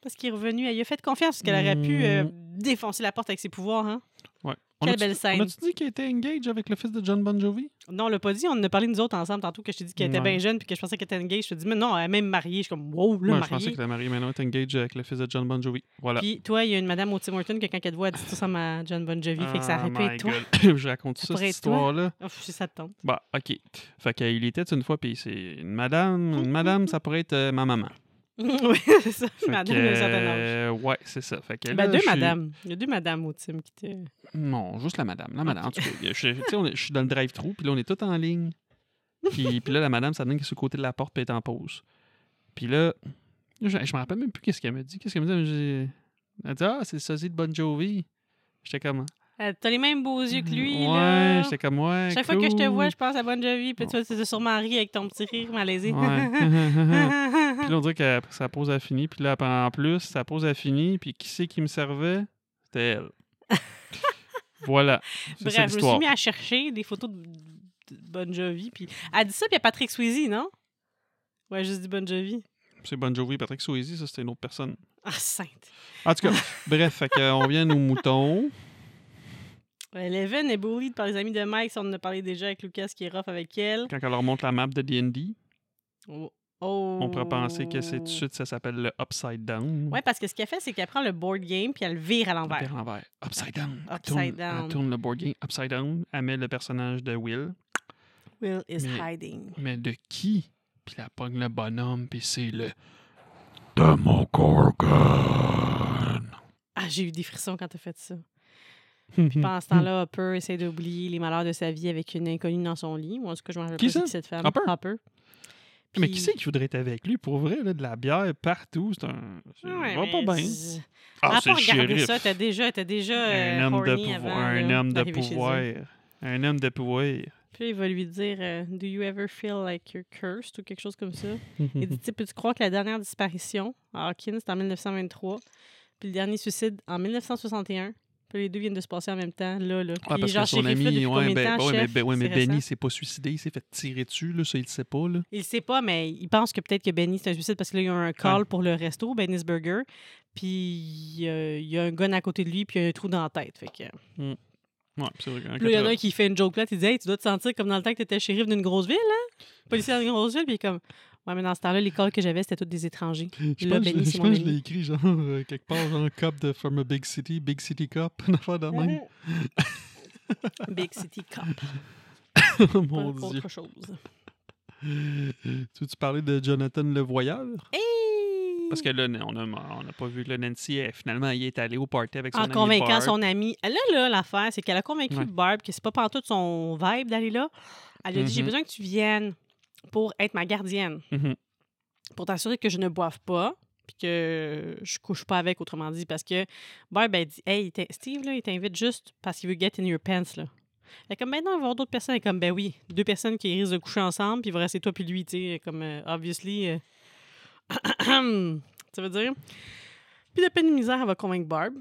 Parce qu'il est revenu, elle lui a fait confiance, parce qu'elle aurait pu euh,
Mm.
défoncer la porte avec ses pouvoirs, hein.
Ouais. On
Quelle
a-tu-
belle scène.
On a-tu dit qu'elle était engage avec le fils de John Bon Jovi?
Non, on l'a pas dit. On en a parlé nous autres ensemble tantôt que je t'ai dit qu'elle était
Ouais.
bien jeune puis que je pensais qu'elle était engagée. Je te dis, mais non, elle est même mariée. Je suis comme, wow, là,
Ouais, je pensais
mariée.
qu'elle était mariée, mais non, elle est engage avec le fils de John Bon Jovi. Voilà.
Puis toi, il y a une madame au Tim Hortons que quand elle te voit, elle dit tout ça à John Bon Jovi. fait que ça
Ah,
aurait pu
my
être toi.
God. je raconte
Ça
ça,
pourrait
cette
être toi.
histoire-là.
Ouf, ça te tente.
Bah, OK. Fait qu'il était une fois, puis c'est une madame. Une madame, ça pourrait être euh, ma maman.
oui, c'est ça.
Fait
madame
que,
d'un certain âge.
euh, Ouais, c'est ça. Fait que là,
Ben, deux
je suis-
madames. Il y a deux madames au Tim qui étaient.
Non, juste la madame. La madame, en tout cas. Je, je- tu sais, on est- je suis dans le drive-thru, puis là, on est tout en ligne. Puis, puis là, la madame, ça donne qu'elle est sur le côté de la porte, puis elle est en pause. Puis là, je, je me rappelle même plus qu'est-ce qu'elle me dit. Qu'est-ce qu'elle me dit? Elle me dit- Elle dit, ah, c'est le sosie de Bon Jovi. J'étais comme,
Euh, T'as les mêmes beaux yeux que lui.
ouais,
là.
j'étais comme, ouais.
Chaque fois que je te vois, je
cool.
pense à Bon Jovi. Puis toi, tu te sûrement ri avec ton petit rire malaisé.
Ouais. Puis là, on dirait que sa pause a fini. Puis là, en plus, sa pause a fini. Puis qui c'est qui me servait? C'était elle. voilà. C'est ça
Bref, je me suis
l'histoire.
mis à chercher des photos de, de Bon Jovi. Puis elle dit ça, puis il y a Patrick Swayze, non? Ouais, juste dit Bon Jovi.
C'est Bon Jovi, Patrick Swayze, ça, c'était une autre personne.
Ah, sainte.
En tout cas, bref, fait que, euh, on vient aux moutons.
Ouais, Eleven est bullied par les amis de Mike. Ça, on en a parlé déjà avec Lucas qui est rough avec elle.
Quand on leur montre la map de D&D,
Oh.
on pourrait penser que c'est tout de suite, ça s'appelle le Upside Down.
Ouais, parce que ce qu'elle fait, c'est qu'elle prend le board game puis elle le vire à
Elle le
l'envers.
perd l'envers. Upside Down. Elle
Upside
tourne-
down.
Elle tourne le board game Upside Down. Elle met le personnage de Will.
Will is
Mais-
hiding.
Mais de qui? Puis la pogne le bonhomme, puis c'est le... Demogorgon.
Ah, j'ai eu des frissons quand t'as fait ça.
Mm.
Puis pendant ce temps-là, Hopper essaie d'oublier les malheurs de sa vie avec une inconnue dans son lit. Ou en tout cas, je m'en rappelle
Qui
pas c'est
ça?
qui cette femme.
Hopper? Mais
Puis-
qui c'est qui voudrait être avec lui? Pour vrai, là, de la bière partout, c'est un... Ça
Ouais,
va
mais
pas bien.
z-
Ah,
à
c'est
pas
le
regarder
shérif.
ça, t'as déjà, t'as déjà
un
euh,
homme de
horny
pouvoir.
avant,
un
là,
homme de
d'arriver chez eux.
pouvoir. Un homme de pouvoir.
Puis il va lui dire euh, Do you ever feel like you're cursed ou quelque chose comme ça.
Mmh
Il dit Tu sais, Peux-tu croire que la dernière disparition à Hawkins, c'est en 1923, puis le dernier suicide en 1961 puis les deux viennent de se passer en même temps, là, là.
Ouais,
Puis
parce
genre,
que son
shérif, là,
ami,
depuis
ouais,
combien de
ben,
temps,
ouais, mais,
chef?
ben- ouais, mais
C'est
Benny,
récent.
il s'est pas suicidé, il s'est fait tirer dessus, là, ça, il le sait pas, là.
Il sait pas, mais il pense que peut-être que Benny, c'est un suicide parce qu'il y a eu un call pour le resto, Benny's Burger. Puis euh, il y a un gun à côté de lui, puis il y a un trou dans la tête. Fait que...
Ouais, c'est vrai. quand-
Puis là, il y en a
quand-
un qui fait une joke plate. Il dit Hey, tu dois te sentir comme dans le temps que tu étais shérif d'une grosse ville, hein Policier dans une grosse ville. Puis il est comme Ouais, mais dans ce temps-là, l'école que j'avais, c'était toutes des étrangers.
Je
là,
pense, que je-
Benny,
je
c'est mon
pense que je l'ai
ami.
écrit, genre, euh, quelque part, genre, Cup de From a Big City, Big City Cup, une affaire de même.
Mm-hmm. Big City Cop.
oh
Ah, pas
mon Dieu.
autre chose.
Tu veux-tu parler de Jonathan le Voyeur?
Hey!
Parce que là, on n'a on a pas vu, là, Nancy, elle, finalement, elle est allée au party avec son
en
ami
convainquant
Barb.
son ami. Là, là, l'affaire, c'est qu'elle a convaincu
Ouais.
Barb que c'est pas pantoute son vibe d'aller là. Elle lui a dit J'ai
Mhm.
besoin que tu viennes pour être ma gardienne,
Mhm.
pour t'assurer que je ne boive pas, puis que je couche pas avec, autrement dit. Parce que Barb, elle dit Hey, il t'in- Steve, là, il t'invite juste parce qu'il veut get in your pants. Là. Elle est comme maintenant, il va y avoir d'autres personnes. Elle est comme Ben oui, deux personnes qui risquent de coucher ensemble, puis il va rester toi puis lui, tu sais, comme euh, obviously. euh, ça veut dire. Puis de peine de misère, elle va convaincre Barb.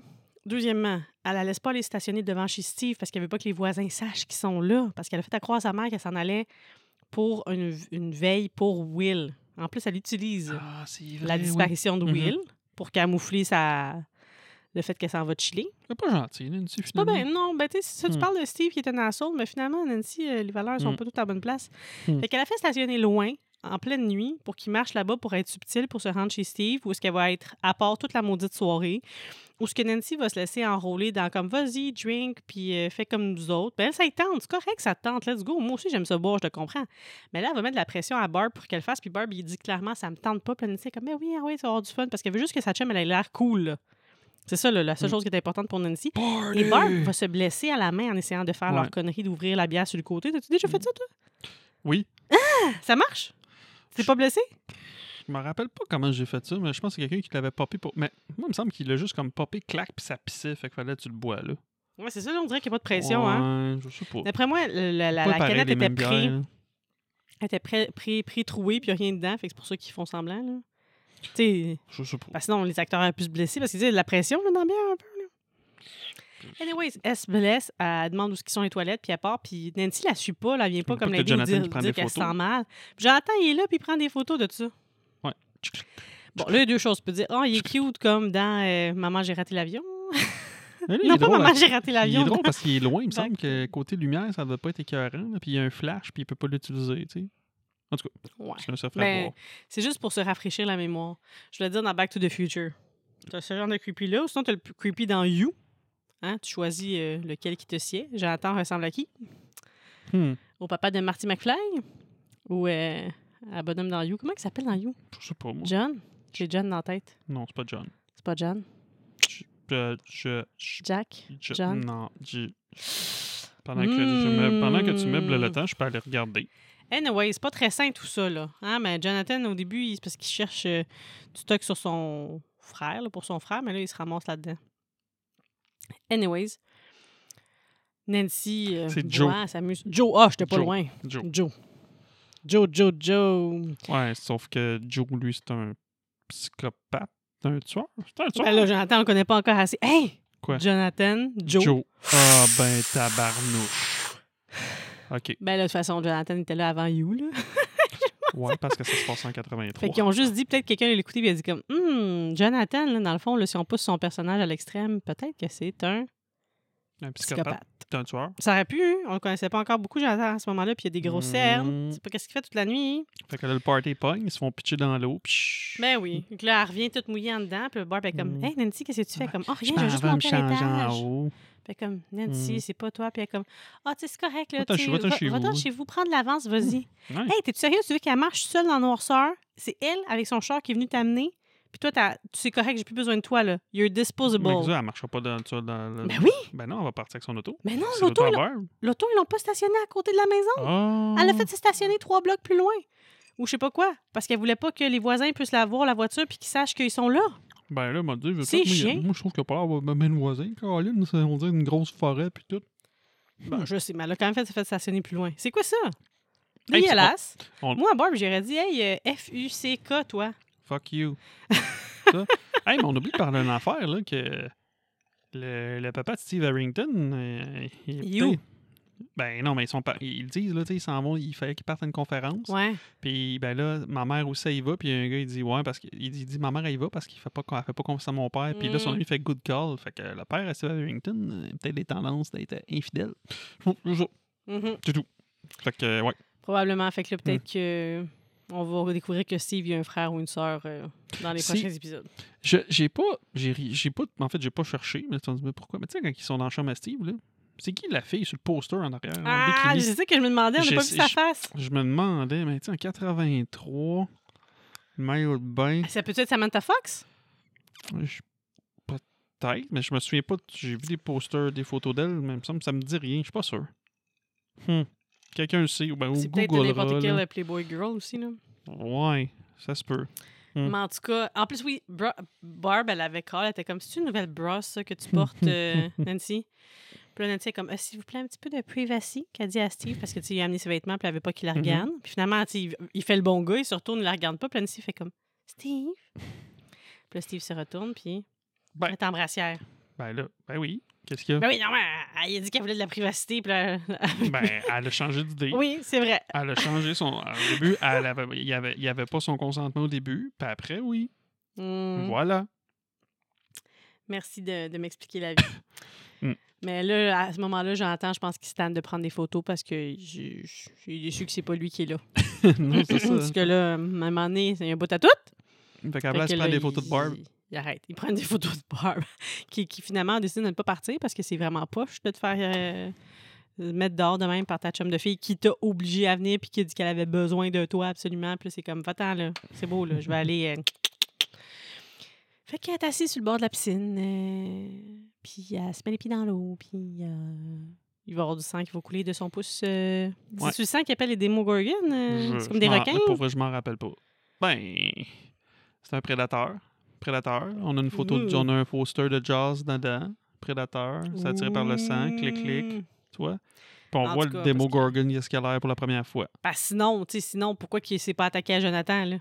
Deuxièmement, elle la laisse pas aller stationner devant chez Steve parce qu'elle veut pas que les voisins sachent qu'ils sont là. Parce qu'elle a fait à croire à sa mère qu'elle s'en allait pour une, une veille pour Will. En plus, elle utilise
Ah, c'est vrai.
la
oui.
disparition de
Mhm.
Will pour camoufler sa... le fait qu'elle s'en va de chiller.
C'est pas gentil, Nancy,
Pas
finalement.
ben, non, ben, tu sais, ça, tu
Hmm.
parles de Steve qui est un assaut, mais finalement, Nancy, euh, les valeurs sont
Hmm.
pas toutes à la bonne place.
Hmm.
Fait qu'elle a fait stationner loin, en pleine nuit, pour qu'il marche là-bas pour être subtil, pour se rendre chez Steve, où est-ce qu'elle va être à part toute la maudite soirée, où ce que Nancy va se laisser enrôler dans comme vas-y, drink, puis euh, fais comme nous autres. Ben, elle, ça y tente, c'est correct, ça te tente, let's go. Moi aussi, j'aime ça boire, je te comprends. Mais là, elle va mettre de la pression à Barb pour qu'elle fasse, puis Barb, il dit clairement, ça me tente pas, puis Nancy est comme, mais oui, ah oui, ça va avoir du fun, parce qu'elle veut juste que sa chum, elle ait l'air cool. là. C'est ça, là, la seule
Hmm.
chose qui est importante pour Nancy.
Party!
Et Barb va se blesser à la main en essayant de faire
Ouais.
leur connerie d'ouvrir la bière sur le côté. T'as-tu déjà fait ça, toi?
Oui.
Ça marche? T'es pas blessé?
Je me rappelle pas comment j'ai fait ça, mais je pense que c'est quelqu'un qui l'avait popé pour. Mais moi, il me semble qu'il l'a juste comme popé, clac, puis ça pissait. Fait que fallait que tu le bois, là.
Ouais, c'est ça, là, on dirait qu'il n'y a pas de pression. Hein?
Ouais, Je sais pas.
D'après moi, le- la, la-
Pas
la
pareil,
canette
les
était
mêmes bières,
pré,
hein.
était pré, pré, pré-trouée, puis il a rien dedans. Fait que c'est pour ça qu'ils font semblant. Là. Tu sais,
Je sais pas.
parce que Ah, sinon, les acteurs auraient pu se blesser parce qu'ils a de la pression là, dans la bière un peu. Là. Anyways, elle se blesse, elle demande où ce qu'ils sont les toilettes, puis elle part, puis Nancy la suit pas, là, elle vient pas comme
Peut-être que
l'aider ou
Jonathan
dire,
qui prend
dire
des
qu'elle se
photos.
sent mal. Puis Jonathan, il est là, puis il prend des photos de ça. ah, Bon, là, il y a deux choses. Tu peux dire, oh, il est cute comme dans euh, Maman, j'ai raté l'avion.
Mais lui, il est
Non, pas
drôle,
maman,
hein.
j'ai raté
Il est
l'avion.
drôle parce qu'il est loin, il me semble
Back.
que côté lumière, ça ne doit pas être écœurant. là, Puis il y a un flash, puis il peut pas l'utiliser. tu sais. En tout cas,
Ouais.
c'est un secret à
Mais
voir.
c'est juste pour se rafraîchir la mémoire. Je voulais dire dans Back to the Future. T'as ce genre de creepy-là, ou sinon t'as le plus creepy dans You. Hein? Tu choisis euh, lequel qui te sied. J'attends ressemble à qui?
Hmm.
Au papa de Marty McFly? Ou euh, à Bonhomme dans You? Comment il s'appelle dans You?
Je sais pas, moi.
John? J'ai John dans la tête.
Non, c'est pas John.
C'est pas John?
Je. je, je-
Jack?
je-
John? Hmm.
Non, je- Pendant que, je me- pendant que tu meubles le temps, je peux aller regarder.
Anyway, c'est pas très sain tout ça, là. Hein, mais Jonathan, au début, il- c'est parce qu'il cherche euh, du stock sur son frère, là, pour son frère, mais là, il se ramasse là-dedans. Anyways, Nancy euh,
C'est
boit,
Joe.
elle s'amuse. Joe, ah, j'étais pas
Joe.
loin.
Joe.
Joe. Joe, Joe, Joe.
Ouais, sauf que Joe, lui, c'est un psychopathe. C'est un tueur. C'est un tueur.
Ben là, Jonathan, on le connaît pas encore assez. Hey!
Quoi?
Jonathan, Joe.
Joe. Ah, ben, tabarnouche. OK.
Ben là, de toute façon, Jonathan était là avant You, là.
Ouais, parce que ça se passe en 83.
Fait qu'ils ont juste dit, peut-être quelqu'un l'a écouté, puis il a dit comme, Hmm, Jonathan, là, dans le fond, là, si on pousse son personnage à l'extrême, peut-être que c'est un
Un psychopathe.
psychopathe.
C'est un tueur.
Ça aurait pu, hein. on le connaissait pas encore beaucoup, Jonathan, à ce moment-là, puis il y a des grosses
Mm.
cernes. C'est pas qu'est-ce qu'il fait toute la nuit.
Fait que là, le party pogne, ils se font pitcher dans l'eau. Puis...
Ben oui. Donc là, elle revient toute mouillée en dedans, puis le barbe est comme
Mm.
Hey Nancy, qu'est-ce que tu fais Comme Oh, rien,
je
je
m'en
vais juste
vais me
monter à
changer en
l'étage.
haut.
Fait comme Nancy,
Mm.
c'est pas toi, puis elle est comme Ah, tu sais, c'est correct, là.
Va-t'en
tu sais,
chez- va-t'en
va-
chez vous,
Va-t'en
ouais.
chez vous, prends de l'avance, vas-y.
Ouais.
Hey, t'es-tu sérieux Tu veux qu'elle marche seule dans la noirceur C'est elle, avec son char, qui est venue t'amener. Puis toi, t'as- tu sais correct, j'ai plus besoin de toi, là. You're disposable.
Mais ça, elle marchera pas dans, sur- dans le.
Ben oui.
Ben non, elle va partir avec son auto.
Mais non,
C'est
l'auto,
à
ils l'ont-
beurre.
l'auto, ils l'ont pas stationné à côté de la maison.
Ah.
Oh. Elle a fait se stationner trois blocs plus loin. Ou je sais pas quoi. Parce qu'elle voulait pas que les voisins puissent la voir, la voiture, puis qu'ils sachent qu'ils sont là.
Ben là, m'a dit, je-
C'est
moi,
chiant.
Moi, je trouve qu'il n'y a pas l'air d'avoir même voisin. Caroline, c'est- on dirait une grosse forêt, puis tout.
Bon, je sais, mais elle a quand même fait se faire stationner plus loin. C'est quoi ça?
Hey,
Dégueulasse.
on- on-
Moi, à Barb, j'aurais dit, hey, euh, F-U-C-K, toi.
Fuck you. Ça. Hey, mais on oublie de parler d'une affaire, là, que le, le papa de Steve Harrington. euh, il-
Il est où?
Ben non, mais ils, sont par- ils disent, là, tu sais, ils s'en vont, il fallait qu'ils partent à une conférence.
Ouais.
Puis, ben là, ma mère aussi, elle y va. Puis, il y a un gars, il dit, ouais, parce qu'il dit, il dit, ma mère, elle y va parce qu'il fait pas, elle fait pas confiance à mon père. Puis là, son
Mm.
ami fait good call. Fait que le père, à Steve Harrington, euh, peut-être des tendances d'être euh, infidèle. Bon, c'est ça.
Mhm.
C'est tout. Fait que, ouais.
Probablement. Fait que là, peut-être que. On va découvrir que Steve il a un frère ou une sœur euh, dans les
Si-
prochains épisodes.
Je- J'ai pas, j'ai ri- j'ai pas, en fait, j'ai pas cherché, mais tu me dis, mais pourquoi? Mais tu sais, quand ils sont dans la chambre à Steve, là, c'est qui la fille sur le poster en arrière? en
Ah,
bikini?
c'est ça que je me demandais, on n'a
Je
pas vu
sais-
sa face.
Je me demandais, mais tu sais, en 83, maillot de bain,
Ça peut être Samantha Fox?
je- peut-être, mais je me souviens pas, j'ai vu des posters, des photos d'elle, mais il me semble que ça me dit rien, je suis pas sûr. Hmm. Quelqu'un le sait, ou ben, ou
C'est peut-être n'importe
Google.
quelle euh, Playboy Girl aussi, là.
Ouais, ça se peut. Mm.
Mais en tout cas, en plus, oui, Bra- Barb, elle avait call, elle était comme, c'est une nouvelle brosse ça, que tu portes, euh, Nancy? Puis là, Nancy est comme, Ah, s'il vous plaît, un petit peu de privacy, qu'elle dit à Steve, parce que tu sais, il a amené ses vêtements, puis elle veut pas qu'il la
Mhm.
regarde. Puis finalement, tu sais, il, il fait le bon gars, il se retourne, il la regarde pas, puis Nancy fait comme, Steve. Puis là, Steve se retourne, puis
Ben.
elle est en brassière.
Ben là, ben oui, qu'est-ce qu'il y a?
Ben oui, non, mais elle, elle a dit qu'elle voulait de la privacité, puis là,
Ben, elle a changé d'idée.
Oui, c'est vrai.
Elle a changé son. Au début, elle avait, il n'y avait, il y avait pas son consentement au début, puis après, oui.
Mm.
Voilà.
Merci de, de m'expliquer la vie.
Mm.
Mais là, à ce moment-là, j'entends, je pense qu'il se tente de prendre des photos parce que je je- je suis déçu que c'est pas lui qui est là.
non, c'est ça.
parce que là, à un moment donné, c'est un bout à tout.
Fait qu'à la place,
Fait que
prendre
là,
des photos de Barb.
Il, il arrête. Il prend des photos de Barb qui, qui finalement décide de ne pas partir parce que c'est vraiment poche de te faire euh, mettre dehors de même par ta chum de fille qui t'a obligé à venir puis qui a dit qu'elle avait besoin de toi absolument. Puis là, c'est comme, va-t'en là, c'est beau là, je vais aller. euh. Fait qu'elle est assise sur le bord de la piscine, euh, puis elle se met les pieds dans l'eau, puis euh, il va y avoir du sang qui va couler de son pouce. euh.
Ouais.
C'est-tu le sang qui appelle les démogorgons? euh?
Je-
C'est
je
comme des
m'en-
requins?
Pour vrai, je m'en rappelle pas. Ben, c'est un prédateur. Prédateur. On a une photo, de-
Ouh.
on a un poster de Jazz dedans. Prédateur. C'est attiré par le sang. Clic, clic.
Ouh.
Tu vois? Puis on
En
voit
tout
le
cas,
démo Gorgon qui escalère pour la première fois.
Parce que sinon, tu sais, sinon, pourquoi qu'il s'est pas attaqué à Jonathan, là?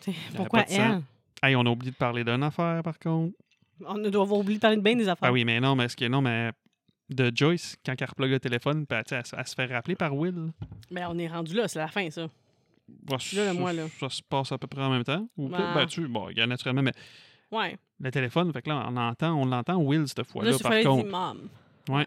Tu sais,
avait
Pourquoi
pas de sang.
elle?
Hey, on a oublié de parler d'une affaire, par contre.
On doit avoir oublié de parler de bien des affaires.
Ah oui, mais non, mais ce qui est non, mais de Joyce, quand elle replogue le téléphone, puis elle, tu sais, elle, se- elle se fait rappeler par Will.
Mais Ben, on est rendu là, c'est la fin, ça.
Bah,
Là, le
ça-
moi, là.
Ça se passe à peu près en même temps. Ou peut-être,
Ouais.
ben, tu, bon, il y a naturellement, mais
Ouais.
le téléphone. Fait que là, on entend, on l'entend Will cette
là,
fois-là,
je
par
fallait
contre.
dire mom.
Ouais.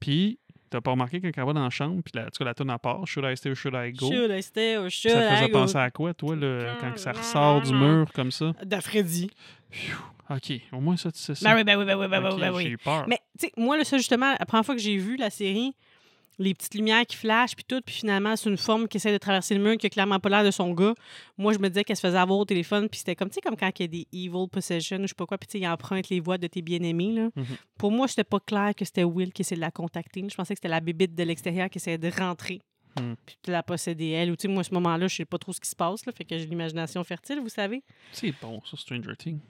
Puis, t'as pas remarqué quand elle va dans la chambre, puis la, en tout cas, la tourne à part, Should I stay or should I go?
Should I stay or should
Ça te faisait
I go?
penser à quoi, toi, le, quand que ça ressort du mur comme ça?
De Freddy.
Phew. OK, au moins ça, tu sais ça.
Ben oui, ben oui, ben oui, ben oui,
Ok,
ben oui.
J'ai eu peur.
Mais, tu sais, moi, là, ça, justement, la première fois que j'ai vu la série, les petites lumières qui flashent, puis tout, puis finalement, c'est une forme qui essaie de traverser le mur, qui a clairement pas l'air de son gars. Moi, je me disais qu'elle se faisait avoir au téléphone, puis c'était comme, tu sais, comme quand il y a des evil possession, ou je sais pas quoi, puis tu sais, il emprunte les voix de tes bien-aimés, là.
Mhm.
Pour moi, c'était pas clair que c'était Will qui essayait de la contacter. Je pensais que c'était la bébite de l'extérieur qui essayait de rentrer.
Mm.
Puis de la posséder elle. Ou, tu sais, moi, à ce moment-là, je sais pas trop ce qui se passe, là. Fait que j'ai l'imagination fertile, vous savez.
C'est bon, ça, Stranger Things.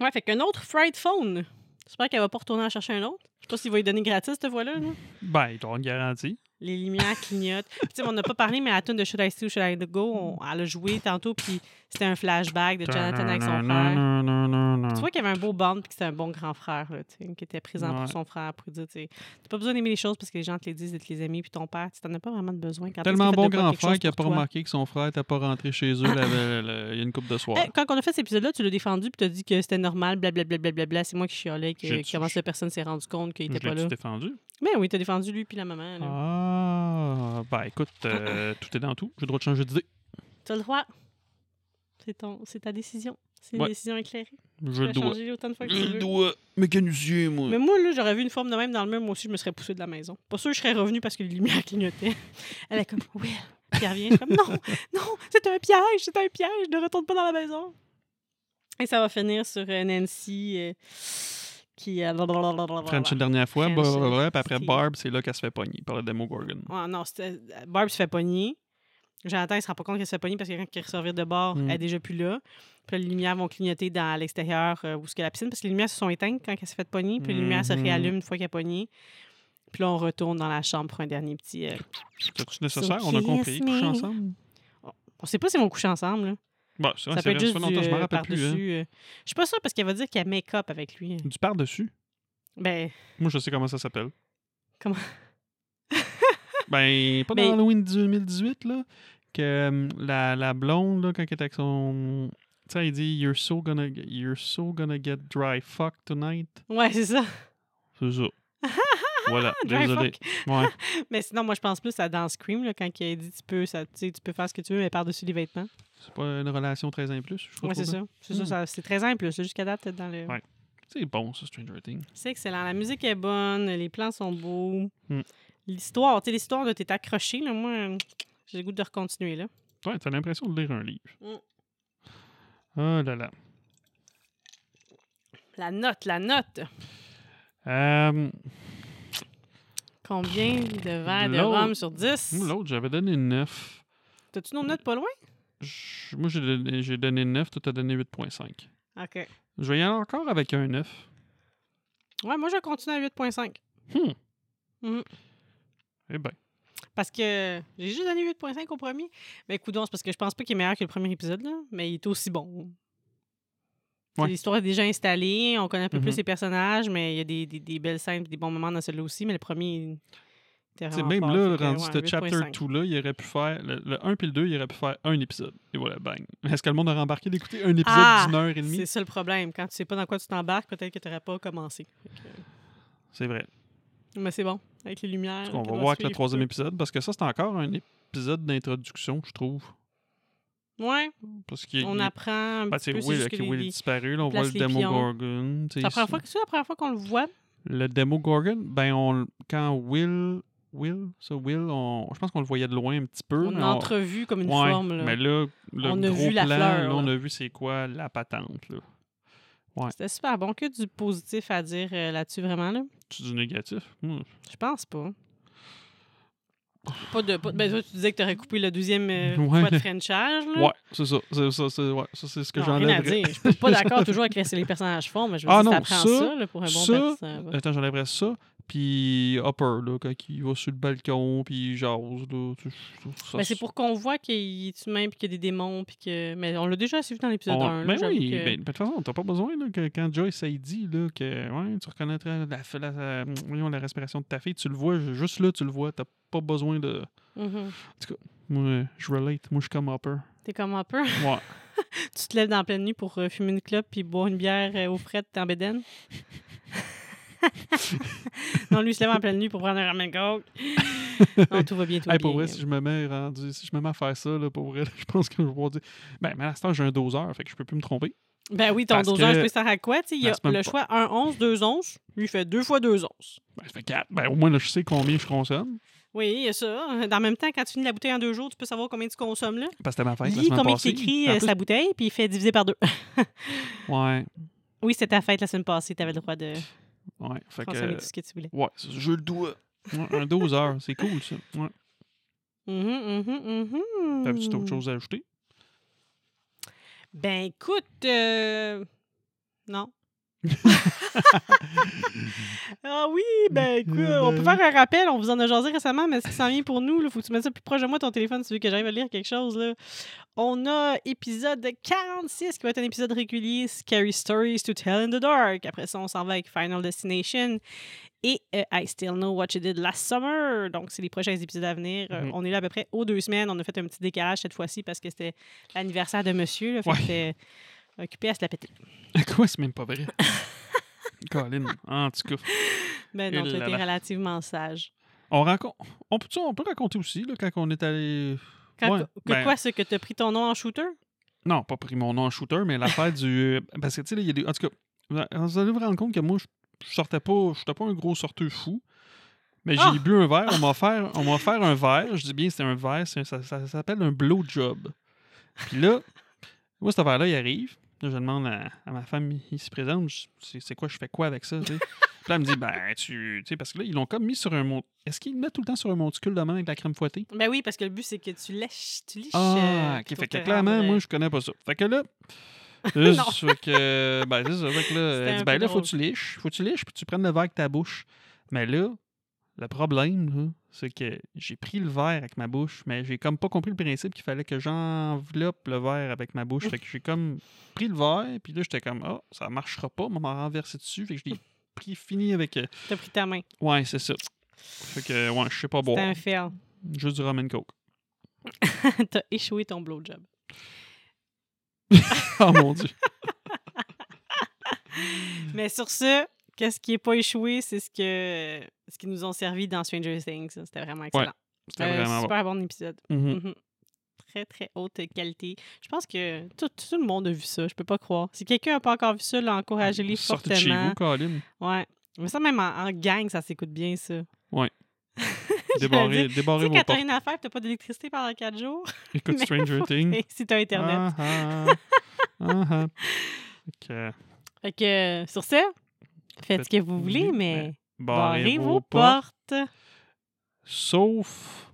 Ouais, fait qu'un autre fried phone. J'espère qu'elle va pas retourner en chercher un autre. Je sais pas s'il va lui donner gratis cette fois-là. là.
Ben, il doit avoir une garantie.
Les lumières clignotent. Puis, tu sais, on n'a pas parlé, mais à la tune de Should I Stay ou Should I Go, on- elle a joué tantôt, puis c'était un flashback de Jonathan avec son frère.
Non, non, non, non.
Tu vois qu'il y avait un beau bond, puis que c'était un bon grand frère, là, tu sais, qui était présent
Ouais.
pour son frère, pour lui dire, tu sais, t'as pas besoin d'aimer les choses parce que les gens te les disent, de te les amis, puis ton père, tu t'en as pas vraiment de besoin. Quand est-ce
Tellement
qu'il fait
bon
de quoi,
grand
quelque
frère
chose
qui a
pour
pas
toi?
remarqué que son frère était pas rentré chez eux la- la- la- il y a une coupe de soir.
Eh, Quand on a fait cet épisode-là, tu l'as défendu, puis t'as dit que c'était normal, blablabla, blablabla. C'est moi qui chialais,
J'ai-
que comment la personne s'est rendu compte qu'il
Je
était pas là.
l'ai-tu défendu?
Mais Ben oui, t'as défendu lui puis la maman. là.
Ah, ben écoute, euh, tout est dans tout. J'ai le droit de changer d'idée.
T'as le droit. C'est ton, c'est ta décision. C'est une
Ouais.
décision éclairée.
Je
Tu
le
peux
dois.
changer autant de fois que
Je
tu
le
veux.
dois. Mécanicien, moi.
Mais moi, là, j'aurais vu une forme de même dans le mur. Moi aussi, je me serais poussée de la maison. Pas sûr que je serais revenue parce que les lumières clignotaient. Elle est comme, Will. Puis elle revient. Je suis comme, non, non, c'est un piège, c'est un piège. Ne retourne pas dans la maison. Et ça va finir sur euh, Nancy euh, qui. euh,
French une dernière fois, bah,
French,
blablabla, puis après
Steve.
Barb, c'est là qu'elle se fait pogner par le Demogorgon.
Ouais, non, c'était- euh, Barb se fait pogner. Jonathan, il se rend pas compte qu'elle se fait pogner parce que quand il ressort de bord,
Mm.
elle est déjà plus là. Puis là, les lumières vont clignoter dans l'extérieur euh, où ce que la piscine, parce que les lumières se sont éteintes quand elle s'est fait pogner. Puis les lumières se
Mhm.
réallument une fois qu'elle est pognée. Puis là, on retourne dans la chambre pour un dernier petit. euh,
C'est nécessaire,
So
on a
kiss
compris.
me.
Couche ensemble.
On sait pas si ils vont coucher ensemble. là.
Bah, c'est vrai,
ça peut
c'est
être
vrai, ça
juste
fait
du,
longtemps, je m'en
euh,
rappelle plus. hein.
par-dessus. euh, Je suis pas sûre parce qu'elle va dire qu'elle make-up avec lui. hein.
Du par-dessus.
Ben,
Moi, je sais comment ça s'appelle.
Comment?
ben, pas dans
Mais-
Halloween 2018, là, que euh, la, la blonde, là, quand elle était avec son... Tu sais, elle dit « You're so gonna you're so gonna get dry fuck tonight
ouais, c'est ça. ».
C'est ça. voilà,
Dry
désolé. Ouais.
Mais sinon, moi, je pense plus à dans Scream, là, quand elle dit tu peux, ça, tu sais, tu peux faire ce que tu veux, mais par-dessus les vêtements.
C'est pas une relation 13 ans et plus, je trouve.
Ouais, c'est ça. C'est ça,
Mm.
ça- c'est très simple. là, Jusqu'à date, dans le.
Ouais. C'est bon, ça, Stranger Things.
C'est excellent. La musique est bonne, les plans sont beaux.
Mm.
L'histoire, tu sais, l'histoire de t'es accroché, là, moi, j'ai le goût de recontinuer, là.
Ouais, t'as l'impression de lire un livre.
Mm.
Oh là là.
La note, la note.
Euh,
Combien de verres de
L'autre-
rhum sur 10?
moi, l'autre, j'avais donné 9.
T'as-tu nos notes pas loin?
Je- Moi, j'ai donné, j'ai donné 9, toi, t'as donné 8.5.
OK.
Je vais y aller encore avec un 9.
Ouais, moi, je continue à 8.5.
Hmm.
Mhm.
Eh ben,
Parce que j'ai juste donné 8.5 au premier. Mais coudons, c'est parce que je pense pas qu'il est meilleur que le premier épisode, là, mais il est aussi bon. C'est-
Ouais.
L'histoire est déjà installée, on connaît un peu
Mhm.
plus les personnages, mais il y a des, des- des belles scènes et des bons moments dans celui-là aussi, mais le premier, était
c'est
vraiment
même
fort,
là,
fait que,
rendu
ouais,
ce chapter
8.5.
2-là, il aurait pu faire. Le, 1 puis le 2, il aurait pu faire un épisode. Et voilà, bang. Est-ce que le monde a rembarqué d'écouter un épisode
Ah!
d'une heure et demie
C'est ça le problème. Quand tu sais pas dans quoi tu t'embarques, peut-être que tu n'aurais pas commencé.
C'est vrai.
Mais c'est bon, avec les lumières.
On
qui
va
doivent
voir avec le
suivre,
troisième épisode, parce que ça, c'est encore un épisode d'introduction, je trouve.
tout. Ouais,
Parce qu'il
on
il-
apprend un
Bah,
petit
tu
peu.
sais,
c'est
Will,
juste
ok,
que les-
Will est
les-
disparu, là, on voit le
place les pions.
Demogorgon. tu
C'est
sais,
la première
c'est-
fois que- c'est la première fois qu'on le voit.
Le Demogorgon, ben, on, l- quand Will, Will, ça, Will, on, je pense qu'on le voyait de loin un petit peu.
On
mais
a entrevu comme une
ouais,
forme. là.
Mais là, le
On a
gros
vu la
plan,
fleur,
là,
là.
on a vu c'est quoi la patente, là.
C'était super bon. Que du positif à dire euh, là-dessus, vraiment. Là.
Tu du négatif? Hmm.
Je pense pas. Pas de. pas de- ben, toi, tu disais que tu aurais coupé le deuxième euh,
Ouais.
fois de Frenchage. Là.
Ouais, c'est ça. C'est ça, c'est ouais, ça, c'est ce que
Hmm. Non, rien à
j'enlèverais.
dire. Je suis pas d'accord toujours avec laisser les personnages forts, mais je veux
Ah
dire,
non,
ça prend
ça,
ça, là, pour un bon
ça, euh,
personnage.
Attends, j'enlèverais ça. Puis Hopper, là, quand il va sur le balcon, puis il jase, là. tu- ça,
Ben, c'est pour qu'on voit qu'il est humain puis qu'il y a des démons puis que mais on l'a déjà assez vu dans l'épisode
On-
1 là,
ben
j'avoue
oui,
que-
ben, de toute façon, t'as pas besoin là, que quand Joyce a dit là, que ouais, tu reconnaîtrais la, la, la- voyons, la respiration de ta fille, tu le vois, ju- juste là, tu le vois, t'as pas besoin de.
Mhm.
Moi, je relate, moi je suis comme Hopper.
T'es comme un peu
Ouais.
tu te lèves dans la pleine nuit pour euh, fumer une clope puis boire une bière euh, aux frettes en bédaine. non, lui, il se lève en pleine nuit pour prendre un ramen coke. Non, tout va bien, tout va
Hey, pour
bien.
vrai, si je me mets rendu, si je me mets à faire ça, là, pour vrai, je pense que je vais pouvoir dire. Ben, mais à l'instant, j'ai un doseur, fait que je peux plus me tromper.
Ben oui, ton
Parce
dosage
que-
peut servir à quoi? tu sais, Il y a
Ben, c'est même
le
pas-
choix 1 once, 2 onces. Lui, il fait 2 fois 2 onces.
Ben, ça fait quatre. Ben, au moins, là, je sais combien je consomme.
Oui, il y a ça. Dans le même temps, quand tu finis la bouteille en deux jours, tu peux savoir combien tu consommes. Là.
Parce que c'était ma fête la
Lis
semaine
combien tu
passée.
écris
En
euh,
plus-
sa bouteille, puis il fait diviser par deux.
Ouais,
oui, c'était ta fête la semaine passée. Tu avais le droit de
ouais. Fait que.
consommer
euh,
tout ce que tu voulais.
Ouais, c'est- je le dois. Ouais, un doseur, c'est cool, ça. Ouais.
Mhm, mhm, mhm.
T'avais-tu d'autres choses à ajouter?
Ben écoute, euh, non. ah oui, ben écoute, on peut faire un rappel, on vous en a jasé récemment, mais ce qui s'en vient pour nous, il faut que tu mettes ça plus proche de moi, ton téléphone, si tu veux que j'arrive à lire quelque chose. Là. On a épisode 46 qui va être un épisode régulier, Scary Stories to Tell in the Dark. Après ça, on s'en va avec Final Destination et euh, I Still Know What You Did Last Summer. Donc, c'est les prochains épisodes à venir. Euh,
Mhm.
On est là à peu près aux deux semaines. On a fait un petit décalage cette fois-ci parce que c'était l'anniversaire de monsieur. Là, fait que
Ouais.
c'était occupé à se la péter.
Quoi, c'est même pas vrai? Colin, en tout cas.
Mais
Et
Ben non, tu
là
étais
là.
relativement sage.
On, raconte... on, peut, on peut raconter aussi, là, quand on est allé.
Quand-
Ouais,
que
ben-
quoi, ce que t'as pris ton nom en shooter?
Non, pas pris mon nom en shooter, mais l'affaire du. euh, Parce que, tu sais, là, il y a des. En tout cas, vous- vous allez vous rendre compte que moi, je je sortais pas. Je n'étais pas un gros sorteux fou. Mais j'ai
Ah!
bu un verre. On m'a offert, on m'a offert un verre. Je dis bien, c'est un verre. c'est un- ça ça s'appelle un blowjob. Puis là, moi, cet verre-là, il arrive. Là, je demande à, à ma femme ici présente, je- c'est c'est quoi, je fais quoi avec ça, tu sais? Puis là, elle me dit, ben, tu tu sais, parce que là, ils l'ont comme mis sur un mont... Est-ce qu'ils le mettent tout le temps sur un monticule de même avec de la crème fouettée?
Ben oui, parce que le but, c'est que tu lèches. Tu liches.
Ah,
euh,
ok.
plutôt
Fait que
te
clairement,
rendre,
moi,
euh,
je connais pas ça. Fait que là.
Non.
juste, fait que. Ben, c'est ça. Fait que là,
C'était
elle
un
dit, ben
peu
là, faut
drôle.
que tu liches. Faut que tu liches, puis tu prennes le verre avec ta bouche. Mais là, le problème, là, c'est que j'ai pris le verre avec ma bouche, mais j'ai comme pas compris le principe qu'il fallait que j'enveloppe le verre avec ma bouche. Fait que j'ai comme pris le verre, puis là, j'étais comme, ah, ça marchera pas, on m'a renversé dessus. Fait que je l'ai pris fini avec. euh,
T'as pris ta main.
Ouais, c'est ça. Fait que, ouais, je sais pas
T'as
boire.
un fail.
Juste du rum and coke.
T'as échoué ton blowjob.
Oh mon dieu.
Mais sur ce, qu'est-ce qui n'est pas échoué, c'est ce que ce qui nous ont servi dans Stranger Things. C'était vraiment excellent.
C'était
Euh,
vraiment bon.
super bon, épisode.
Mhm.
Mhm. Très, très haute qualité. Je pense que tout, tout le monde a vu ça. Je peux pas croire. Si quelqu'un n'a pas encore vu ça, là, encouragez-les
Sortez de chez
fortement.
vous, Colin.
Ouais. Mais ça, même en, en gang, ça s'écoute bien, ça. Tu
Débarrez,
sais,
débarrez vos
quand t'as
portes.
rien à faire, t'as pas d'électricité pendant quatre jours.
Écoute
mais
Stranger Things.
Et si t'as Internet.
Hmm. Ah, ah. Ah, ah. Fait que,
Fait que, euh, sur ce, faites
Faites
ce que vous voulez,
voulez,
mais
mais
barrez vos
portes.
portes.
Sauf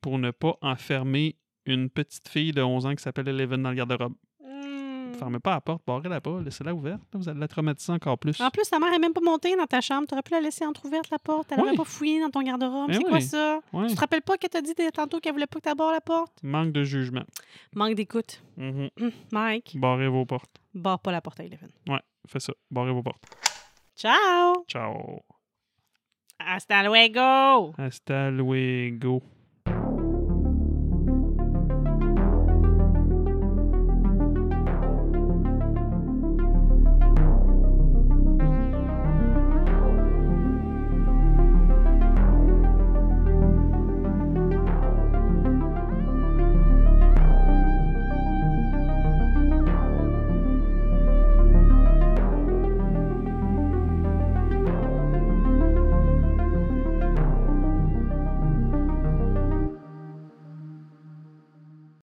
pour ne pas enfermer une petite fille de 11 ans qui s'appelle Eleven dans le garde-robe.
Hmm.
Fermez pas la porte, barrez-la pas, laissez-la ouverte. là, vous allez la traumatiser encore plus.
Hmm. En plus, ta mère est même pas montée dans ta chambre. T'aurais pu la laisser entrouverte, la porte. Elle
Oui.
aurait pas fouillé dans ton garde-robe.
Ben
C'est quoi
oui.
ça?
Ouais,
Tu te rappelles pas qu'elle t'a dit dès tantôt qu'elle voulait pas que t'abordes la porte?
Manque de jugement.
Manque d'écoute.
Mhm.
Hum, Mike,
Barrez vos portes.
barre pas la porte à Eleven.
Ouais, fais ça. Barrez vos portes.
Ciao!
Ciao.
Hasta luego!
Hasta luego.